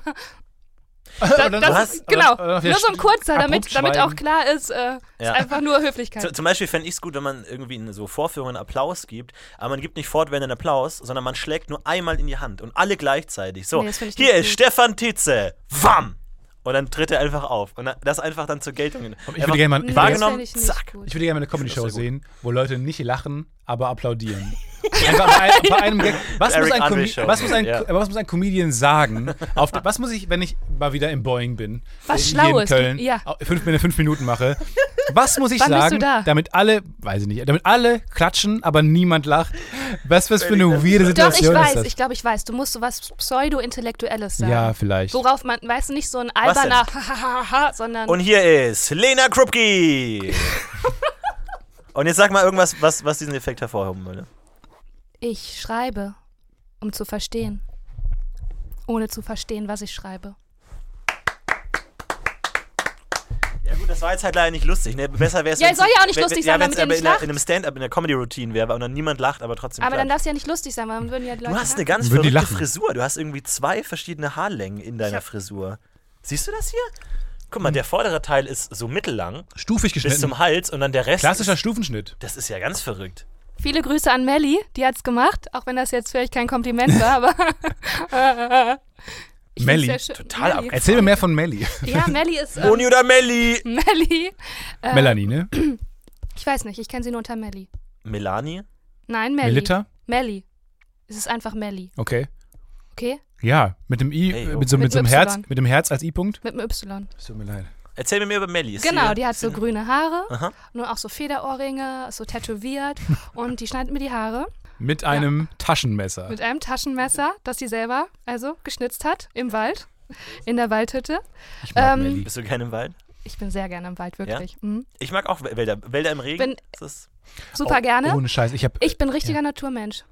[SPEAKER 2] Das,
[SPEAKER 1] was?
[SPEAKER 3] ist, genau, nur so ein kurzer, damit, damit auch klar ist, äh, ist
[SPEAKER 1] Ja.
[SPEAKER 3] einfach nur
[SPEAKER 1] Z-
[SPEAKER 3] Höflichkeit.
[SPEAKER 1] Zum Beispiel fände ich es gut, wenn man irgendwie in so Vorführungen Applaus gibt, aber man gibt nicht fortwährend einen Applaus, sondern man schlägt nur einmal in die Hand und alle gleichzeitig. So,
[SPEAKER 3] Nee, das find ich
[SPEAKER 1] hier
[SPEAKER 3] nicht
[SPEAKER 1] ist
[SPEAKER 3] gut.
[SPEAKER 1] Stefan Tietze. Wam! Und dann tritt er einfach auf. Und dann- das einfach dann zur Geltung. hin.
[SPEAKER 2] Ich
[SPEAKER 1] Einfach
[SPEAKER 2] würde gerne mal, ich
[SPEAKER 3] Nee,
[SPEAKER 2] würde,
[SPEAKER 1] wahrgenommen,
[SPEAKER 3] das fänd ich nicht
[SPEAKER 1] zack.
[SPEAKER 3] gut.
[SPEAKER 2] ich würde gerne mal eine Comedy-Show
[SPEAKER 1] sehr
[SPEAKER 2] sehen, wo Leute nicht lachen, aber applaudieren. Einfach bei, ein, bei einem Gag. Was muss
[SPEAKER 1] Eric
[SPEAKER 2] ein,
[SPEAKER 1] Andre
[SPEAKER 2] Comi-
[SPEAKER 1] Show.
[SPEAKER 2] was, muss ein,
[SPEAKER 1] Ja.
[SPEAKER 2] was muss ein Comedian sagen? Auf, der- was muss ich, wenn ich mal wieder im Boeing bin?
[SPEAKER 3] Was
[SPEAKER 2] hier
[SPEAKER 3] Schlaues,
[SPEAKER 2] In Köln,
[SPEAKER 3] ja.
[SPEAKER 2] au- fünf, wenn ich fünf Minuten mache. Was muss ich
[SPEAKER 3] Wann bist
[SPEAKER 2] sagen,
[SPEAKER 3] du da?
[SPEAKER 2] damit alle, weiß ich nicht, damit alle klatschen, aber niemand lacht? Was, was für eine weirde
[SPEAKER 3] Doch, ich
[SPEAKER 2] Situation
[SPEAKER 3] weiß,
[SPEAKER 2] ist das?
[SPEAKER 3] ich glaube, ich weiß. Du musst sowas Pseudo-Intellektuelles sagen.
[SPEAKER 2] ja, vielleicht.
[SPEAKER 3] Worauf man, weißt du, nicht so ein
[SPEAKER 1] Was denn?
[SPEAKER 3] alberner Hahaha, sondern.
[SPEAKER 1] Und hier ist Lena Krupke. Und jetzt sag mal irgendwas, was, was diesen Effekt hervorheben würde.
[SPEAKER 3] Ich schreibe, um zu verstehen. Ohne zu verstehen, was ich schreibe.
[SPEAKER 1] Ja gut, das war jetzt halt leider nicht lustig. Ne? Besser wäre es,
[SPEAKER 3] Ja, soll ja auch nicht lustig sein, damit ihr
[SPEAKER 1] aber
[SPEAKER 3] nicht
[SPEAKER 1] in, der,
[SPEAKER 3] lacht.
[SPEAKER 1] in einem Stand-up, in der Comedy-Routine wäre, und dann niemand lacht, aber trotzdem
[SPEAKER 3] Aber dann
[SPEAKER 1] klatscht.
[SPEAKER 3] darf es ja nicht lustig sein, weil dann würden ja die Leute.
[SPEAKER 1] Du hast eine
[SPEAKER 3] lachen.
[SPEAKER 1] ganz
[SPEAKER 2] Würden die
[SPEAKER 1] verrückte
[SPEAKER 2] lachen.
[SPEAKER 1] Frisur. Du hast irgendwie zwei verschiedene Haarlängen in deiner
[SPEAKER 3] hab-
[SPEAKER 1] Frisur. Siehst du das hier? Guck
[SPEAKER 2] Hm.
[SPEAKER 1] mal, der vordere Teil ist so mittellang
[SPEAKER 2] Stufig
[SPEAKER 1] bis
[SPEAKER 2] geschnitten.
[SPEAKER 1] zum Hals und dann der Rest.
[SPEAKER 2] Klassischer
[SPEAKER 1] Ist,
[SPEAKER 2] Stufenschnitt.
[SPEAKER 1] das ist ja ganz verrückt.
[SPEAKER 3] Viele Grüße an Melli, die hat's gemacht, auch wenn das jetzt vielleicht kein Kompliment war, aber. Ich find's
[SPEAKER 2] Melli,
[SPEAKER 3] sehr schön.
[SPEAKER 1] total
[SPEAKER 3] Melli.
[SPEAKER 1] abgefahren.
[SPEAKER 2] Erzähl mir mehr von Melli.
[SPEAKER 3] Ja, Melli ist. Ähm,
[SPEAKER 1] Moni oder Melli?
[SPEAKER 3] Melli. Ähm,
[SPEAKER 2] Melanie, ne?
[SPEAKER 3] Ich weiß nicht, ich kenne sie nur unter Melli.
[SPEAKER 1] Melanie?
[SPEAKER 3] Nein, Melli.
[SPEAKER 2] Melitta?
[SPEAKER 3] Melli. Es ist einfach Melli,
[SPEAKER 2] Okay.
[SPEAKER 3] okay?
[SPEAKER 2] Ja, mit dem I,
[SPEAKER 1] Ey,
[SPEAKER 2] äh,
[SPEAKER 1] oh.
[SPEAKER 2] mit so, mit
[SPEAKER 3] Mit
[SPEAKER 2] so einem
[SPEAKER 3] Y.
[SPEAKER 2] Herz, mit dem Herz als I-Punkt.
[SPEAKER 3] Mit einem Y.
[SPEAKER 2] Es tut mir leid.
[SPEAKER 1] Erzähl mir mehr über Melli. Ist
[SPEAKER 3] Genau,
[SPEAKER 1] sie-
[SPEAKER 3] die hat so grüne Haare,
[SPEAKER 1] Aha.
[SPEAKER 3] nur auch so Federohrringe, so tätowiert und die schneidet mir die Haare
[SPEAKER 2] Mit einem Taschenmesser.
[SPEAKER 3] mit einem Taschenmesser, das sie selber also geschnitzt hat im Wald, in der Waldhütte.
[SPEAKER 2] ich mag
[SPEAKER 3] ähm,
[SPEAKER 2] Melli.
[SPEAKER 1] Bist du gerne im Wald?
[SPEAKER 3] Ich bin sehr gerne im Wald, wirklich. Mhm.
[SPEAKER 1] Ich mag auch Wälder. Wälder im Regen.
[SPEAKER 3] Bin-
[SPEAKER 1] das ist
[SPEAKER 3] Super gerne.
[SPEAKER 2] Oh, Ohne Scheiß. Ich habe
[SPEAKER 3] Ich bin richtiger Naturmensch.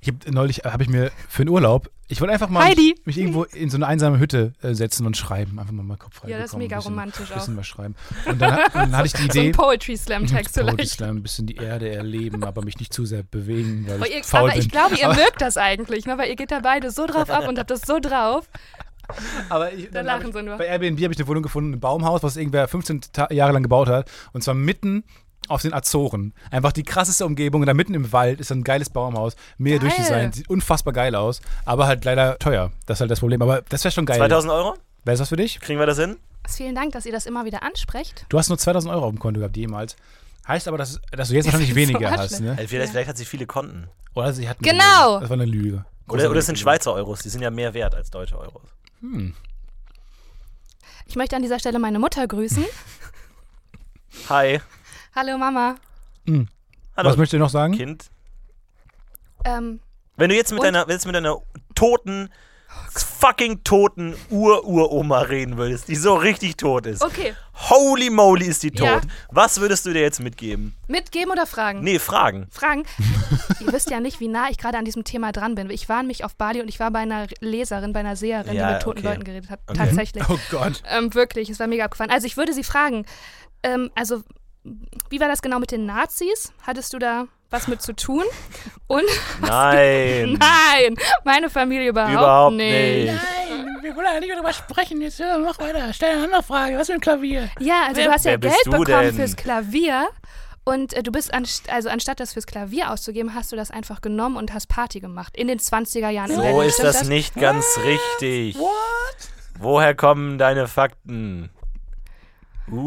[SPEAKER 2] ich hab, neulich habe ich mir für den Urlaub, ich wollte einfach mal
[SPEAKER 3] Heidi.
[SPEAKER 2] mich, mich irgendwo in so eine einsame Hütte äh, setzen und schreiben, einfach mal mal Kopf frei
[SPEAKER 3] Ja, das ist
[SPEAKER 2] bekommen,
[SPEAKER 3] mega
[SPEAKER 2] ein bisschen,
[SPEAKER 3] romantisch auch.
[SPEAKER 2] bisschen was schreiben. Und dann, und dann hatte ich die
[SPEAKER 3] So ein
[SPEAKER 2] Idee,
[SPEAKER 3] Poetry Slam Text
[SPEAKER 2] Poetry
[SPEAKER 3] vielleicht.
[SPEAKER 2] Slam, ein bisschen die Erde erleben, aber mich nicht zu sehr bewegen, weil
[SPEAKER 3] Aber
[SPEAKER 2] ich
[SPEAKER 3] Oh, ihr,
[SPEAKER 2] faul
[SPEAKER 3] aber
[SPEAKER 2] bin.
[SPEAKER 3] ich glaube, ihr mögt das eigentlich, ne? weil ihr geht da beide so drauf ab und habt das so drauf.
[SPEAKER 2] Aber ich,
[SPEAKER 3] Da
[SPEAKER 2] dann hab
[SPEAKER 3] lachen
[SPEAKER 2] ich,
[SPEAKER 3] sie nur.
[SPEAKER 2] Bei Airbnb habe ich eine Wohnung gefunden, ein Baumhaus, was irgendwer 15 Ta Jahre lang gebaut hat. Und zwar mitten auf den Azoren. Einfach die krasseste Umgebung. Und da mitten im Wald ist ein geiles Baumhaus. Mehr
[SPEAKER 3] Geil.
[SPEAKER 2] durchdesignt. Sieht unfassbar geil aus. Aber halt leider teuer. Das ist halt das Problem. Aber das wäre schon geil.
[SPEAKER 1] 2000 Euro?
[SPEAKER 2] Wäre das was für dich?
[SPEAKER 1] Kriegen wir das hin?
[SPEAKER 3] Vielen Dank, dass ihr das immer wieder ansprecht.
[SPEAKER 2] Du hast nur 2000 Euro auf dem Konto gehabt, jemals. Heißt aber, dass, dass du jetzt wahrscheinlich
[SPEAKER 3] So
[SPEAKER 2] weniger
[SPEAKER 3] much
[SPEAKER 2] hast,
[SPEAKER 3] less.
[SPEAKER 2] ne?
[SPEAKER 1] Äh, Vielleicht, vielleicht hat sie viele Konten.
[SPEAKER 2] Oder sie hatten
[SPEAKER 3] Genau.
[SPEAKER 2] Das war eine Lüge.
[SPEAKER 1] Oder, oder es sind
[SPEAKER 2] Große
[SPEAKER 1] Schweizer Euros. Die sind ja mehr wert als deutsche Euros.
[SPEAKER 3] Ich möchte an dieser Stelle meine Mutter grüßen.
[SPEAKER 1] Hi.
[SPEAKER 3] Hallo Mama.
[SPEAKER 2] Lüge. Was
[SPEAKER 1] Hallo,
[SPEAKER 2] möchtest du noch sagen?
[SPEAKER 1] Kind.
[SPEAKER 3] Ähm,
[SPEAKER 1] Wenn du jetzt mit,
[SPEAKER 3] Und?
[SPEAKER 1] deiner, jetzt mit deiner toten, fucking toten Ur-Ur-Oma reden würdest, die so richtig tot ist.
[SPEAKER 3] okay,
[SPEAKER 1] Holy moly ist die tot.
[SPEAKER 3] Ja.
[SPEAKER 1] Was würdest du dir jetzt mitgeben?
[SPEAKER 3] mitgeben oder fragen?
[SPEAKER 1] Nee, Fragen.
[SPEAKER 3] Fragen. Ihr wisst ja nicht, wie nah ich gerade an diesem Thema dran bin. Ich war nämlich auf Bali und ich war bei einer Leserin, bei einer Seherin,
[SPEAKER 1] Ja,
[SPEAKER 3] die mit toten
[SPEAKER 1] okay.
[SPEAKER 3] Leuten geredet hat. Tatsächlich.
[SPEAKER 2] Oh Gott.
[SPEAKER 3] Ähm, wirklich, es war mega abgefahren. Also ich würde sie fragen, ähm, also wie war das genau mit den Nazis? Hattest du da was mit zu tun? Und
[SPEAKER 1] Nein.
[SPEAKER 3] nein, meine Familie überhaupt,
[SPEAKER 1] Überhaupt nicht.
[SPEAKER 3] nicht.
[SPEAKER 4] Nein, wir wollen ja nicht darüber sprechen. Jetzt hör, mach weiter. Stell eine andere Frage. Was für ein Klavier?
[SPEAKER 3] Ja, also
[SPEAKER 1] Wer-
[SPEAKER 3] du hast ja
[SPEAKER 1] wer bist
[SPEAKER 3] Geld
[SPEAKER 1] du
[SPEAKER 3] bekommen
[SPEAKER 1] denn?
[SPEAKER 3] fürs Klavier und äh, du bist, anst also anstatt das fürs Klavier auszugeben, hast du das einfach genommen und hast Party gemacht in den 20er Jahren. in
[SPEAKER 1] So
[SPEAKER 3] Berlin.
[SPEAKER 1] ist
[SPEAKER 3] Stimmt
[SPEAKER 1] das nicht ganz richtig.
[SPEAKER 4] What?
[SPEAKER 1] Woher kommen deine Fakten?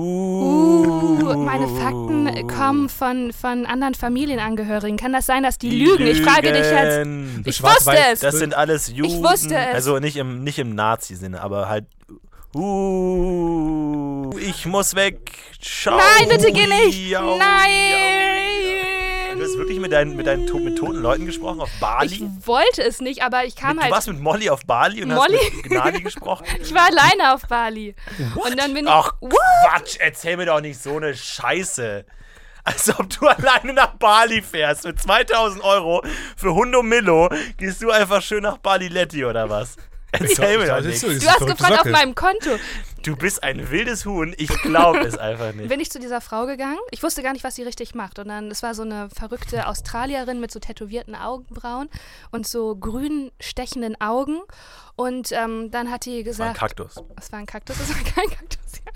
[SPEAKER 3] Uh, meine Fakten äh, kommen von, von anderen Familienangehörigen. Kann das sein, dass die, lügen? Ich frage dich jetzt.
[SPEAKER 1] jetzt.
[SPEAKER 3] Ich
[SPEAKER 2] schwarz-weiß-
[SPEAKER 3] wusste es.
[SPEAKER 1] Das sind alles Juden.
[SPEAKER 3] wusste es.
[SPEAKER 1] Also nicht im, nicht im Nazi-Sinne, aber halt. Uh, ich muss weg. Schau.
[SPEAKER 3] Nein, bitte geh nicht.
[SPEAKER 1] Jau, jau.
[SPEAKER 3] Nein.
[SPEAKER 1] Du hast wirklich mit deinen, mit deinen to mit toten Leuten gesprochen auf
[SPEAKER 3] Ich
[SPEAKER 1] Bali?
[SPEAKER 3] wollte es nicht, aber ich kam
[SPEAKER 1] Mit, du
[SPEAKER 3] halt.
[SPEAKER 1] warst mit Molly auf Bali und
[SPEAKER 3] Molly?
[SPEAKER 1] hast mit Gnadi gesprochen?
[SPEAKER 3] Ich war alleine auf Bali. Und dann bin ich.
[SPEAKER 1] Ach,
[SPEAKER 3] What?
[SPEAKER 1] Quatsch, erzähl mir doch nicht so eine Scheiße. Als ob du alleine nach Bali fährst. Mit 2000 Euro für Hundo Milo gehst du einfach schön nach Baliletti oder was? Erzähl mir doch nichts.
[SPEAKER 3] Du hast gefragt auf meinem Konto.
[SPEAKER 1] Du bist ein wildes Huhn. Ich glaube es einfach nicht.
[SPEAKER 3] bin ich zu dieser Frau gegangen. Ich wusste gar nicht, was sie richtig macht. Und dann, es war so eine verrückte Australierin mit so tätowierten Augenbrauen und so grün stechenden Augen. Und ähm, dann hat die
[SPEAKER 1] Das war ein
[SPEAKER 3] gesagt,
[SPEAKER 1] Kaktus.
[SPEAKER 3] es war ein Kaktus, es war kein Kaktus. ja.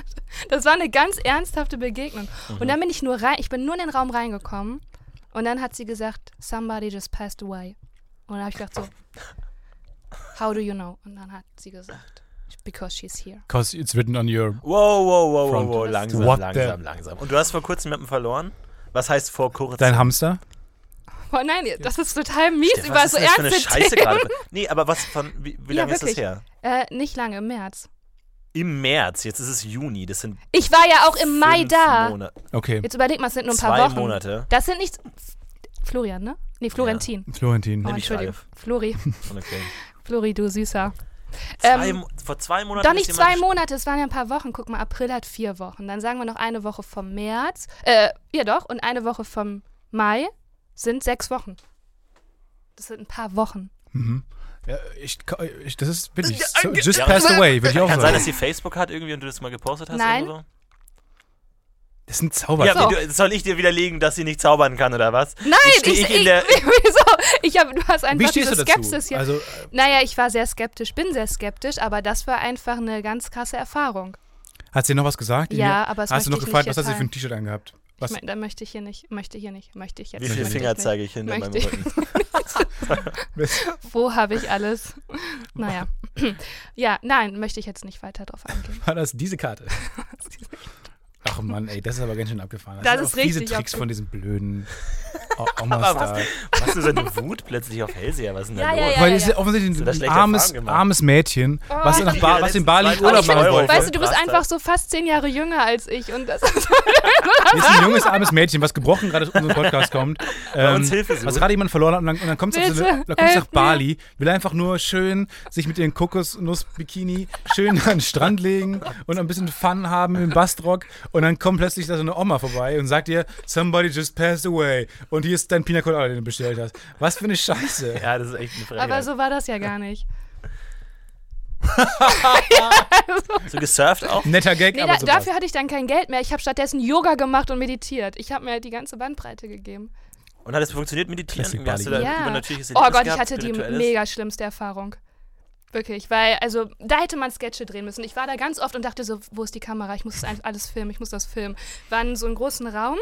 [SPEAKER 3] Das war eine ganz ernsthafte Begegnung.
[SPEAKER 1] Mhm.
[SPEAKER 3] Und dann bin ich nur rein, ich bin nur in den Raum reingekommen. Und dann hat sie gesagt, somebody just passed away. Und dann habe ich gedacht so, how do you know? Und dann hat sie gesagt, ich Because she's here.
[SPEAKER 2] Cause it's written on your.
[SPEAKER 1] Wow, wow, wow, wow,
[SPEAKER 2] Front.
[SPEAKER 1] wow, langsam,
[SPEAKER 2] What the-
[SPEAKER 1] langsam, langsam. Und du hast vor kurzem jemanden verloren? Was heißt vor kurzem?
[SPEAKER 2] Dein Hamster?
[SPEAKER 3] Oh nein, das ist total mies
[SPEAKER 1] Ja,
[SPEAKER 3] über so
[SPEAKER 1] denn das für eine
[SPEAKER 3] ernste
[SPEAKER 1] Scheiße
[SPEAKER 3] Themen.
[SPEAKER 1] gerade? Nee, aber was von, wie, wie
[SPEAKER 3] Ja,
[SPEAKER 1] lange ist das
[SPEAKER 3] wirklich.
[SPEAKER 1] her?
[SPEAKER 3] Äh, nicht lange, im März.
[SPEAKER 1] Im März, jetzt ist es Juni, das sind
[SPEAKER 3] Ich war ja auch im Mai
[SPEAKER 1] fünf
[SPEAKER 3] da.
[SPEAKER 1] Monate,
[SPEAKER 2] Okay.
[SPEAKER 3] Jetzt überleg mal, es sind nur ein paar
[SPEAKER 1] zwei
[SPEAKER 3] Wochen.
[SPEAKER 1] Monate.
[SPEAKER 3] Das sind nicht. Florian, ne? Nee, Florentin.
[SPEAKER 2] Florentin.
[SPEAKER 3] Oh,
[SPEAKER 1] Nämlich
[SPEAKER 3] Entschuldigung.
[SPEAKER 1] Ralf.
[SPEAKER 3] Flori.
[SPEAKER 1] Oh, Okay.
[SPEAKER 3] Flori, du Süßer.
[SPEAKER 1] Zwei,
[SPEAKER 3] Ähm,
[SPEAKER 1] Mo- vor zwei Monaten
[SPEAKER 3] Doch
[SPEAKER 1] ist
[SPEAKER 3] nicht
[SPEAKER 1] jemand
[SPEAKER 3] zwei Monate, es waren ja ein paar Wochen. Guck mal, April hat vier Wochen. Dann sagen wir noch eine Woche vom März. Äh, ja doch, und eine Woche vom Mai sind sechs Wochen. Das sind ein paar Wochen.
[SPEAKER 2] Ja, ich, ich, das ist wirklich.
[SPEAKER 1] Ja,
[SPEAKER 2] So,
[SPEAKER 1] ange-
[SPEAKER 2] just
[SPEAKER 1] Ja,
[SPEAKER 2] passed
[SPEAKER 1] aber-
[SPEAKER 2] away, würde ich auch
[SPEAKER 1] Kann sein, dass
[SPEAKER 2] sagen.
[SPEAKER 1] sie Facebook hat irgendwie und du das mal gepostet hast
[SPEAKER 3] Nein.
[SPEAKER 1] oder
[SPEAKER 2] Das sind
[SPEAKER 1] so?
[SPEAKER 2] Zauber.
[SPEAKER 1] Ja,
[SPEAKER 3] So.
[SPEAKER 1] wie du, soll ich dir widerlegen, dass sie nicht zaubern kann oder was?
[SPEAKER 3] Nein,
[SPEAKER 1] Jetzt steh
[SPEAKER 3] ich,
[SPEAKER 1] ich in der-
[SPEAKER 3] wieso? Ich hab, du hast einfach
[SPEAKER 2] Wie stehst
[SPEAKER 3] diese
[SPEAKER 2] du dazu?
[SPEAKER 3] Skepsis hier.
[SPEAKER 2] Also, äh,
[SPEAKER 3] naja, ich war sehr skeptisch, bin sehr skeptisch, aber das war einfach eine ganz krasse Erfahrung.
[SPEAKER 2] hat sie noch was gesagt?
[SPEAKER 3] Ja, aber
[SPEAKER 2] Hast
[SPEAKER 3] es
[SPEAKER 2] du
[SPEAKER 3] möchte
[SPEAKER 2] noch
[SPEAKER 3] ich
[SPEAKER 2] gefragt,
[SPEAKER 3] nicht
[SPEAKER 2] was hat sie
[SPEAKER 3] jetzt
[SPEAKER 2] für ein T-Shirt angehabt? Was?
[SPEAKER 3] Ich mein, da möchte ich hier nicht, möchte hier nicht, möchte ich jetzt
[SPEAKER 1] Wie
[SPEAKER 3] nicht.
[SPEAKER 1] viele
[SPEAKER 3] möchte
[SPEAKER 1] Finger
[SPEAKER 3] ich nicht.
[SPEAKER 1] zeige ich hinter meinem
[SPEAKER 3] Möchte ich-
[SPEAKER 1] Rücken?
[SPEAKER 3] Wo habe ich alles? Naja. Ja, nein, möchte ich jetzt nicht weiter drauf eingehen.
[SPEAKER 2] War das diese Karte? Ach Mann, ey, das ist aber ganz schön abgefahren.
[SPEAKER 3] Das
[SPEAKER 2] sind
[SPEAKER 3] ist
[SPEAKER 2] auch Diese
[SPEAKER 3] richtig
[SPEAKER 2] Tricks
[SPEAKER 3] abgefahren.
[SPEAKER 2] von diesem blöden O- Omas
[SPEAKER 1] Aber
[SPEAKER 2] da.
[SPEAKER 1] Hast du so eine Wut plötzlich auf Hellseher? Was ist denn da
[SPEAKER 3] Ja, ja,
[SPEAKER 1] los?
[SPEAKER 3] ja.
[SPEAKER 2] Weil es ist ja offensichtlich
[SPEAKER 1] Hast du
[SPEAKER 2] ein,
[SPEAKER 1] da schlechte
[SPEAKER 2] armes,
[SPEAKER 1] Erfahrungen gemacht?
[SPEAKER 2] armes Mädchen, was,
[SPEAKER 3] Oh.
[SPEAKER 2] nach ba was in Bali
[SPEAKER 1] Und ich
[SPEAKER 2] Urlaub
[SPEAKER 3] Und Oh,
[SPEAKER 1] Oder
[SPEAKER 2] machen
[SPEAKER 3] ich
[SPEAKER 1] mein
[SPEAKER 3] finde,
[SPEAKER 1] Wolf.
[SPEAKER 2] wollte.
[SPEAKER 3] weißt du, du bist
[SPEAKER 1] Bastard.
[SPEAKER 3] einfach so fast zehn Jahre jünger als ich und das
[SPEAKER 2] Ist ein junges, armes Mädchen, was gebrochen gerade aus unserem Podcast kommt. Ähm,
[SPEAKER 1] uns Hilfe sucht.
[SPEAKER 2] was gerade jemand verloren hat und dann, und dann kommt sie auf so eine-
[SPEAKER 3] Bitte,
[SPEAKER 2] dann kommt sie nach
[SPEAKER 3] helft mir.
[SPEAKER 2] Bali, will einfach nur schön sich mit ihren Kokosnuss-Bikini schön an den Strand legen und ein bisschen Fun haben im Bastrock und dann kommt plötzlich da so eine Oma vorbei und sagt ihr, somebody just passed away und hier ist dein Pina Colada, den du bestellt hast. Was für eine Scheiße.
[SPEAKER 1] Ja, das ist echt eine Frechheit.
[SPEAKER 3] Aber so war das ja gar nicht.
[SPEAKER 1] so gesurft auch?
[SPEAKER 2] Netter Gag,
[SPEAKER 3] Nee,
[SPEAKER 2] aber
[SPEAKER 3] da,
[SPEAKER 2] so was.
[SPEAKER 3] dafür hatte ich dann kein Geld mehr. Ich habe stattdessen Yoga gemacht und meditiert. Ich habe mir halt die ganze Bandbreite gegeben.
[SPEAKER 1] Und hat es funktioniert mit den Tieren?
[SPEAKER 2] Classic
[SPEAKER 1] Irgendwie Hast du da
[SPEAKER 2] Bali.
[SPEAKER 3] Ja.
[SPEAKER 1] übernatürliches
[SPEAKER 3] Oh
[SPEAKER 1] Erlebnis
[SPEAKER 3] Gott, ich
[SPEAKER 1] gehabt,
[SPEAKER 3] hatte die
[SPEAKER 1] spirituelles?
[SPEAKER 3] mega schlimmste Erfahrung. Wirklich, weil, also, da hätte man Sketche drehen müssen. Ich war da ganz oft und dachte so, wo ist die Kamera? Ich muss das ein- alles filmen, ich muss das filmen. Wir waren in so einem großen Raum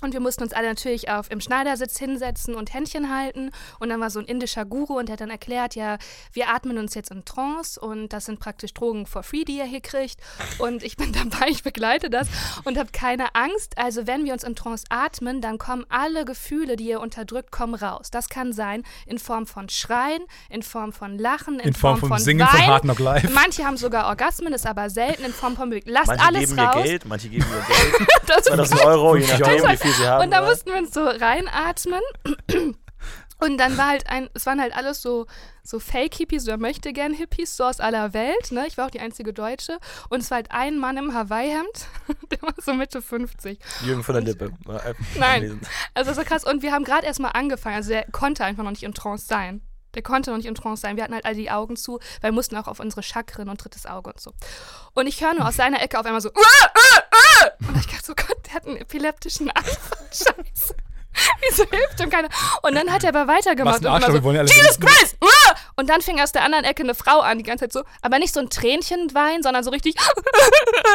[SPEAKER 3] und wir mussten uns alle natürlich auf im Schneidersitz hinsetzen und Händchen halten. Und dann war so ein indischer Guru und der hat dann erklärt, ja, wir atmen uns jetzt in Trance und das sind praktisch Drogen for free, die ihr hier kriegt. Und ich bin dabei, ich begleite das und habe keine Angst. Also wenn wir uns in Trance atmen, dann kommen alle Gefühle, die ihr unterdrückt, kommen raus. Das kann sein in Form von Schreien, in Form von Lachen, in,
[SPEAKER 2] In Form
[SPEAKER 3] von
[SPEAKER 2] vom Singen von
[SPEAKER 3] Weinen.
[SPEAKER 2] Hard Knock Live.
[SPEAKER 3] Manche haben sogar Orgasmen, ist aber selten in Form von Mögen. Lasst
[SPEAKER 1] Manche
[SPEAKER 3] alles
[SPEAKER 1] geben mir
[SPEAKER 3] raus.
[SPEAKER 1] Geld, manche geben mir Geld.
[SPEAKER 3] Das
[SPEAKER 1] 2000 Euro, je
[SPEAKER 2] Fünfzig
[SPEAKER 1] nachdem,
[SPEAKER 2] Euro.
[SPEAKER 1] wie viel sie haben. ne?
[SPEAKER 3] und da
[SPEAKER 1] oder?
[SPEAKER 3] mussten wir uns so reinatmen. Und dann war halt ein, es waren halt alles so, so Fake-Hippies oder möchte gern Hippies, so aus aller Welt. Ne? Ich war auch die einzige Deutsche. Und es war halt ein Mann im Hawaii-Hemd, der war so Mitte 50.
[SPEAKER 1] Jürgen von der Lippe. Mal einfach
[SPEAKER 3] Nein,
[SPEAKER 1] lesen.
[SPEAKER 3] also so krass. Und wir haben gerade erstmal angefangen. Also der konnte einfach noch nicht in Trance sein. Der konnte noch nicht in Trance sein. Wir hatten halt alle die Augen zu, weil wir mussten auch auf unsere Chakren und drittes Auge und so. Und ich höre nur aus seiner Ecke auf einmal so. "Uah, uah, uah." Und ich dachte so, Gott, der hat einen epileptischen Anfall. Scheiße. Wieso hilft ihm keiner? Und dann hat er aber weitergemacht.
[SPEAKER 2] Was ein
[SPEAKER 3] und immer
[SPEAKER 2] Arschloch, wir wollen ja alle
[SPEAKER 3] Jesus
[SPEAKER 2] wissen."
[SPEAKER 3] Christ! Uah! Und dann fing aus der anderen Ecke eine Frau an, die ganze Zeit so, aber nicht so ein Tränchenwein, sondern so richtig.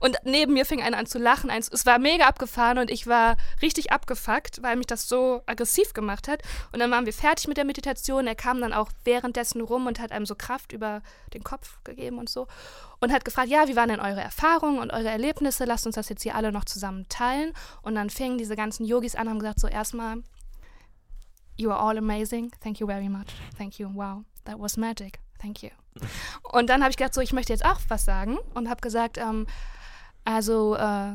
[SPEAKER 3] Und neben mir fing einer an zu lachen. Eins- Es war mega abgefahren und ich war richtig abgefuckt, weil mich das so aggressiv gemacht hat. Und dann waren wir fertig mit der Meditation. Er kam dann auch währenddessen rum und hat einem so Kraft über den Kopf gegeben und so. Und hat gefragt, ja, wie waren denn eure Erfahrungen und eure Erlebnisse? Lasst uns das jetzt hier alle noch zusammen teilen. Und dann fingen diese ganzen Yogis an und haben gesagt, so erstmal You are all amazing. Thank you very much. Thank you. Wow. That was magic. Thank you. Und dann habe ich gedacht, so, ich möchte jetzt auch was sagen und habe gesagt, ähm, also, äh,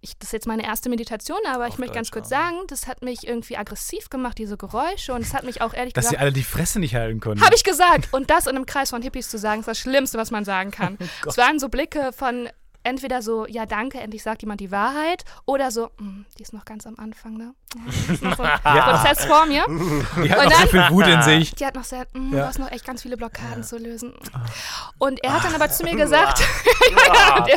[SPEAKER 3] ich, das ist jetzt meine erste Meditation, aber ich
[SPEAKER 1] Auf
[SPEAKER 3] möchte ganz
[SPEAKER 1] Deutsch,
[SPEAKER 3] kurz
[SPEAKER 1] ja.
[SPEAKER 3] sagen, das hat mich irgendwie aggressiv gemacht, diese Geräusche, und es hat mich auch ehrlich
[SPEAKER 2] Dass sie
[SPEAKER 3] gesagt.
[SPEAKER 2] alle die Fresse nicht halten konnten.
[SPEAKER 3] Habe ich gesagt. Und das in einem Kreis von Hippies zu sagen, ist das Schlimmste, was man sagen kann. es waren so Blicke von entweder so, ja, danke, endlich sagt jemand die Wahrheit, oder so, "Hm, die ist noch ganz am Anfang, ne? Die ist noch so ein Prozess vor mir.
[SPEAKER 2] Die hat
[SPEAKER 3] Und
[SPEAKER 2] noch so
[SPEAKER 3] dann-
[SPEAKER 2] viel Wut in sich.
[SPEAKER 3] Die hat noch sehr, mm,
[SPEAKER 2] Ja.
[SPEAKER 3] du hast noch echt ganz viele Blockaden zu lösen. Und er hat dann aber zu mir gesagt, er, hat,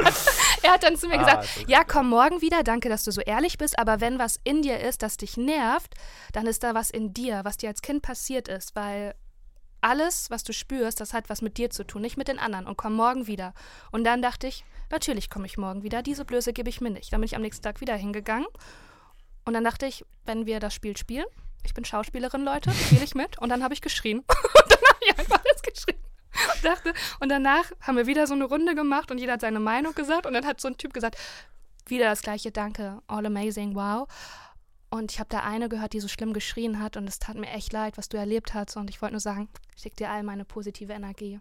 [SPEAKER 3] er hat dann zu mir gesagt, ja, komm morgen wieder, danke, dass du so ehrlich bist, aber wenn was in dir ist, das dich nervt, dann ist da was in dir, was dir als Kind passiert ist, weil alles, was du spürst, das hat was mit dir zu tun, nicht mit den anderen und komm morgen wieder. Und dann dachte ich, natürlich komme ich morgen wieder, diese Blöße gebe ich mir nicht. Dann bin ich am nächsten Tag wieder hingegangen und dann dachte ich, wenn wir das Spiel spielen, ich bin Schauspielerin, Leute, spiele ich mit. Und dann habe ich geschrien. Und dann habe ich einfach alles geschrien. dachte. Und danach haben wir wieder so eine Runde gemacht und jeder hat seine Meinung gesagt. Und dann hat so ein Typ gesagt, wieder das gleiche, danke, all amazing, wow. Und ich habe da eine gehört, die so schlimm geschrien hat und es tat mir echt leid, was du erlebt hast. Und ich wollte nur sagen, schick dir all meine positive Energie.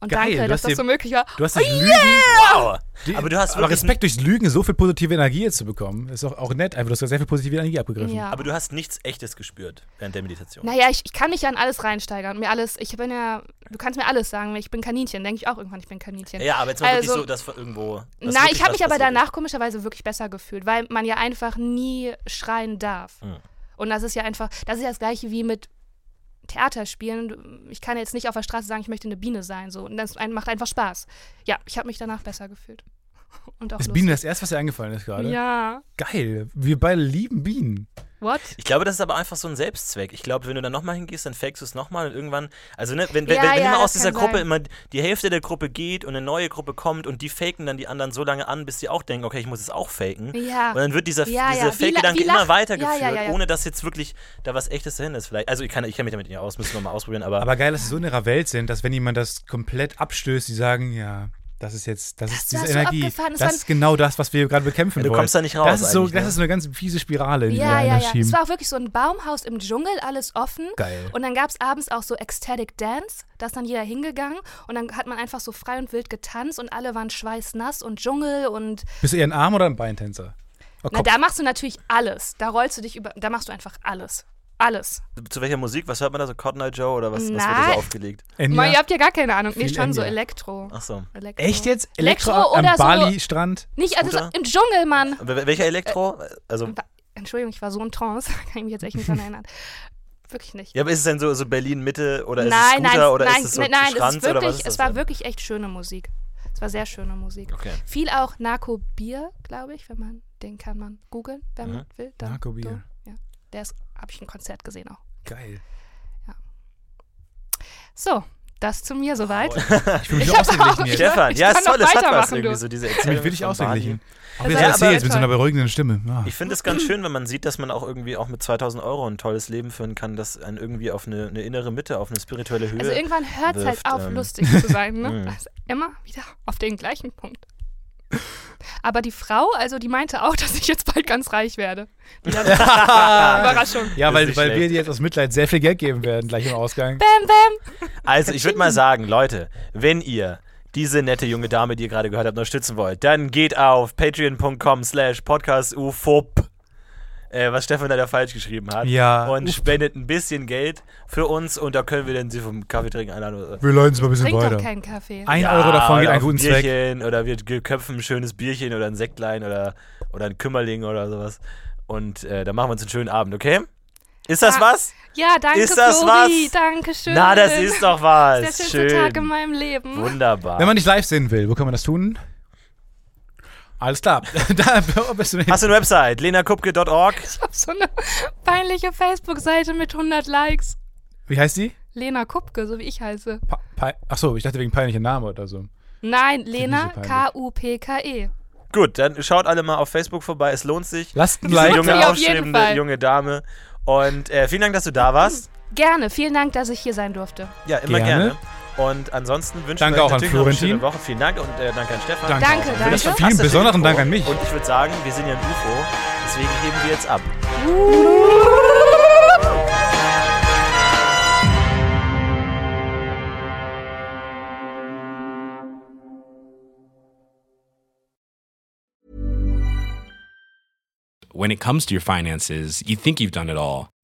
[SPEAKER 3] Und
[SPEAKER 2] Geil, du
[SPEAKER 3] danke, dass
[SPEAKER 2] hast dir-
[SPEAKER 3] das so möglich war.
[SPEAKER 2] Du hast dich Lügen.
[SPEAKER 1] Wow!
[SPEAKER 2] Die-
[SPEAKER 1] aber du hast
[SPEAKER 2] aber
[SPEAKER 1] wirklich
[SPEAKER 2] Respekt durchs Lügen so viel positive Energie jetzt zu bekommen, ist auch, auch nett. Einfach, du hast sehr viel positive Energie abgegriffen.
[SPEAKER 3] Ja.
[SPEAKER 1] Aber du hast nichts Echtes gespürt während der Meditation.
[SPEAKER 3] Naja, ich, ich kann mich ja an alles reinsteigern. Mir alles, ich bin ja, du kannst mir alles sagen, ich bin Kaninchen, denke ich auch irgendwann, ich bin Kaninchen.
[SPEAKER 1] Ja, aber jetzt mal
[SPEAKER 3] Also-
[SPEAKER 1] wirklich so, dass von irgendwo. dass
[SPEAKER 3] Na,
[SPEAKER 1] wirklich
[SPEAKER 3] ich habe
[SPEAKER 1] was
[SPEAKER 3] mich aber
[SPEAKER 1] passiert ist.
[SPEAKER 3] danach komischerweise wirklich besser gefühlt, weil man ja einfach nie schreien darf.
[SPEAKER 1] Hm.
[SPEAKER 3] Und das ist ja einfach, das ist ja das gleiche wie mit Theaterspielen. Ich kann jetzt nicht auf der Straße sagen, ich möchte eine Biene sein. So. Und das ein- macht einfach Spaß. Ja, ich habe mich danach besser gefühlt. Und auch
[SPEAKER 2] Ist
[SPEAKER 3] lustig.
[SPEAKER 2] Bienen das erste, was dir eingefallen ist gerade?
[SPEAKER 3] Ja.
[SPEAKER 2] Geil. Wir beide lieben Bienen.
[SPEAKER 3] What?
[SPEAKER 1] Ich glaube, das ist aber einfach so ein Selbstzweck. Ich glaube, wenn du dann nochmal hingehst, dann fakest du es nochmal und irgendwann, also ne, wenn, wenn,
[SPEAKER 3] Ja,
[SPEAKER 1] wenn
[SPEAKER 3] ja,
[SPEAKER 1] immer aus
[SPEAKER 3] das
[SPEAKER 1] dieser
[SPEAKER 3] kann
[SPEAKER 1] Gruppe
[SPEAKER 3] sein.
[SPEAKER 1] immer die Hälfte der Gruppe geht und eine neue Gruppe kommt und die faken dann die anderen so lange an, bis sie auch denken, okay, ich muss es auch faken.
[SPEAKER 3] Ja.
[SPEAKER 1] Und dann wird dieser,
[SPEAKER 3] Ja, ja.
[SPEAKER 1] dieser
[SPEAKER 3] Wie la-
[SPEAKER 1] Fake-Gedanke
[SPEAKER 3] wie lacht-
[SPEAKER 1] immer weitergeführt,
[SPEAKER 3] Ja, ja, ja, ja.
[SPEAKER 1] ohne dass jetzt wirklich da was Echtes dahin ist. Vielleicht, also ich kann, ich kann mich damit nicht aus, müssen wir mal ausprobieren, aber,
[SPEAKER 2] Aber geil, dass sie so in ihrer Welt sind, dass wenn jemand das komplett abstößt, die sagen, ja, das ist jetzt, das, ist
[SPEAKER 3] war
[SPEAKER 2] diese
[SPEAKER 3] so
[SPEAKER 2] Energie.
[SPEAKER 3] abgefahren, das
[SPEAKER 2] das
[SPEAKER 3] waren-
[SPEAKER 2] ist genau das, was wir gerade bekämpfen
[SPEAKER 1] Ja, du
[SPEAKER 2] wollen.
[SPEAKER 1] kommst da nicht raus
[SPEAKER 2] Das ist, so,
[SPEAKER 1] eigentlich,
[SPEAKER 2] das
[SPEAKER 1] ne?
[SPEAKER 2] ist eine ganz fiese Spirale, die
[SPEAKER 3] Ja,
[SPEAKER 2] wir
[SPEAKER 3] ja,
[SPEAKER 2] da
[SPEAKER 3] ja.
[SPEAKER 2] schieben.
[SPEAKER 3] Es war auch wirklich so ein Baumhaus im Dschungel, alles offen.
[SPEAKER 2] Geil.
[SPEAKER 3] Und dann gab es abends auch so Ecstatic Dance, da ist dann jeder hingegangen und dann hat man einfach so frei und wild getanzt und alle waren schweißnass und Dschungel und
[SPEAKER 2] Bist du eher ein Arm- oder ein Beintänzer? Oh,
[SPEAKER 3] na,
[SPEAKER 2] Kopf.
[SPEAKER 3] da machst du natürlich alles. Da rollst du dich über, da machst du einfach alles. Alles.
[SPEAKER 1] zu welcher Musik, was hört man da so, Cotton Eye Joe oder was, was wird da so
[SPEAKER 3] Nein.
[SPEAKER 1] aufgelegt?
[SPEAKER 2] Enya?
[SPEAKER 3] Man, ihr habt ja gar keine Ahnung. Nee,
[SPEAKER 2] Viel
[SPEAKER 3] schon so
[SPEAKER 2] Enya.
[SPEAKER 3] Elektro.
[SPEAKER 1] Ach so.
[SPEAKER 3] Elektro.
[SPEAKER 2] Echt jetzt? Elektro,
[SPEAKER 3] Elektro
[SPEAKER 2] am
[SPEAKER 3] oder so-
[SPEAKER 2] Bali-Strand?
[SPEAKER 3] Nicht, also so
[SPEAKER 1] Scooter?
[SPEAKER 3] im Dschungel, Mann.
[SPEAKER 1] Aber wel- Welcher Elektro? Also,
[SPEAKER 3] Wa- Entschuldigung, ich war so in Trance, kann ich mich jetzt echt nicht dran erinnern. Wirklich nicht.
[SPEAKER 1] ja, aber ist es denn so, so Berlin-Mitte oder
[SPEAKER 3] nein,
[SPEAKER 1] ist es Scooter
[SPEAKER 3] nein,
[SPEAKER 1] oder
[SPEAKER 3] nein,
[SPEAKER 1] ist es so
[SPEAKER 3] nein, nein, es,
[SPEAKER 1] Schranz
[SPEAKER 3] ist
[SPEAKER 1] oder
[SPEAKER 3] wirklich,
[SPEAKER 1] was ist das
[SPEAKER 3] es war
[SPEAKER 1] denn?
[SPEAKER 3] wirklich echt schöne Musik. Es war sehr schöne Musik.
[SPEAKER 1] Okay.
[SPEAKER 3] Viel auch Narco-Bier, glaube ich, wenn man, den kann man googeln, wenn man will. Dann,
[SPEAKER 2] Narco-Bier.
[SPEAKER 3] so, Ja, der ist, habe ich ein Konzert gesehen auch.
[SPEAKER 2] Geil.
[SPEAKER 3] So, das zu mir soweit.
[SPEAKER 2] Ich fühle mich
[SPEAKER 3] Ich hab
[SPEAKER 2] ausgeglichen
[SPEAKER 3] auch-
[SPEAKER 2] jetzt.
[SPEAKER 1] Stefan,
[SPEAKER 3] ich
[SPEAKER 1] ja,
[SPEAKER 3] kann
[SPEAKER 1] ist toll,
[SPEAKER 3] noch
[SPEAKER 1] das hat was
[SPEAKER 3] weitermachen,
[SPEAKER 1] irgendwie,
[SPEAKER 3] du.
[SPEAKER 1] so diese
[SPEAKER 2] Ich fühle
[SPEAKER 1] Erzählung.
[SPEAKER 2] mich wirklich
[SPEAKER 1] von Bali.
[SPEAKER 2] ausgeglichen. Auch
[SPEAKER 3] Also
[SPEAKER 2] wie er
[SPEAKER 3] ja,
[SPEAKER 2] das erzählt
[SPEAKER 3] aber-
[SPEAKER 2] mit so einer beruhigenden Stimme. Ah.
[SPEAKER 1] Ich finde es ganz schön, wenn man sieht, dass man auch irgendwie auch mit 2000 Euro ein tolles Leben führen kann, das einen irgendwie auf eine, eine innere Mitte, auf eine spirituelle Höhe.
[SPEAKER 3] Also irgendwann hört es halt
[SPEAKER 1] wirft,
[SPEAKER 3] auf,
[SPEAKER 1] ähm,
[SPEAKER 3] lustig zu sein. Ne? also immer wieder auf den gleichen Punkt. Aber die Frau, also die meinte auch, dass ich jetzt bald ganz reich werde. Wieder
[SPEAKER 1] Ah.
[SPEAKER 2] Ah.
[SPEAKER 3] Überraschung.
[SPEAKER 2] Ja,
[SPEAKER 1] Ist
[SPEAKER 2] weil,
[SPEAKER 1] nicht
[SPEAKER 2] weil
[SPEAKER 1] schlecht.
[SPEAKER 2] wir dir jetzt aus Mitleid sehr viel Geld geben werden, gleich im Ausgang.
[SPEAKER 3] Bam, bam.
[SPEAKER 1] also ich würde mal sagen, Leute, wenn ihr diese nette junge Dame, die ihr gerade gehört habt, unterstützen wollt, dann geht auf patreon.com slash podcastufop, äh, was Stefan leider falsch geschrieben hat,
[SPEAKER 2] Ja.
[SPEAKER 1] und spendet ein bisschen Geld für uns und da können wir dann sie vom Kaffee trinken einladen. oder so.
[SPEAKER 2] Wir leiten es mal ein bisschen
[SPEAKER 3] Trink doch
[SPEAKER 2] weiter.
[SPEAKER 3] keinen Kaffee.
[SPEAKER 2] Ein
[SPEAKER 1] Ja,
[SPEAKER 2] Euro davon geht
[SPEAKER 1] oder
[SPEAKER 2] einen
[SPEAKER 1] auf
[SPEAKER 2] guten
[SPEAKER 1] Bierchen,
[SPEAKER 2] Zweck.
[SPEAKER 1] Oder wir ge- köpfen ein schönes Bierchen oder ein Sektlein oder, oder ein Kümmerling oder sowas. Und äh, dann machen wir uns einen schönen Abend, okay? Ist das
[SPEAKER 3] Ah,
[SPEAKER 1] was?
[SPEAKER 3] Ja, danke,
[SPEAKER 1] Ist das
[SPEAKER 3] Flori.
[SPEAKER 1] was?
[SPEAKER 3] Danke schön.
[SPEAKER 1] Na, das ist doch
[SPEAKER 3] der
[SPEAKER 1] was. Schön.
[SPEAKER 3] schönste Tag in meinem Leben.
[SPEAKER 1] Wunderbar.
[SPEAKER 2] Wenn man dich live sehen will, wo kann man das tun? Alles klar. da bist du nicht.
[SPEAKER 1] Hast du eine Website? lenakupke.org.
[SPEAKER 3] Ich habe so eine peinliche Facebook-Seite mit 100 Likes.
[SPEAKER 2] Wie heißt die?
[SPEAKER 3] Lena Kupke, so wie ich heiße.
[SPEAKER 2] Pa Pe- Achso, ich dachte wegen peinlicher Name oder so.
[SPEAKER 3] Nein,
[SPEAKER 2] so
[SPEAKER 3] Lena
[SPEAKER 2] peinlich.
[SPEAKER 3] K-U-P-K-E.
[SPEAKER 1] Gut, dann schaut alle mal auf Facebook vorbei. Es lohnt sich.
[SPEAKER 2] Lasst ein
[SPEAKER 1] Diese
[SPEAKER 2] Like.
[SPEAKER 3] Lohnt
[SPEAKER 1] junge,
[SPEAKER 3] sich auf jeden
[SPEAKER 1] aufstrebende
[SPEAKER 3] Fall.
[SPEAKER 1] junge Dame. Und äh, vielen Dank, dass du da warst.
[SPEAKER 3] Gerne, vielen Dank, dass ich hier sein durfte.
[SPEAKER 1] Ja, immer gerne.
[SPEAKER 2] Gerne.
[SPEAKER 1] Und ansonsten wünschen
[SPEAKER 2] Danke
[SPEAKER 1] wir euch
[SPEAKER 2] auch an
[SPEAKER 1] natürlich noch eine schöne
[SPEAKER 2] Florentin.
[SPEAKER 1] Woche. Vielen Dank und äh, danke an Stefan.
[SPEAKER 2] Danke.
[SPEAKER 3] Danke,
[SPEAKER 1] Für das
[SPEAKER 3] danke.
[SPEAKER 2] Vielen
[SPEAKER 1] fantastische
[SPEAKER 2] besonderen
[SPEAKER 1] Intro.
[SPEAKER 2] Dank an mich.
[SPEAKER 1] Und ich würde sagen, wir sind ja ein UFO, deswegen heben wir jetzt ab.
[SPEAKER 5] when it comes to your finances, you think you've done it all.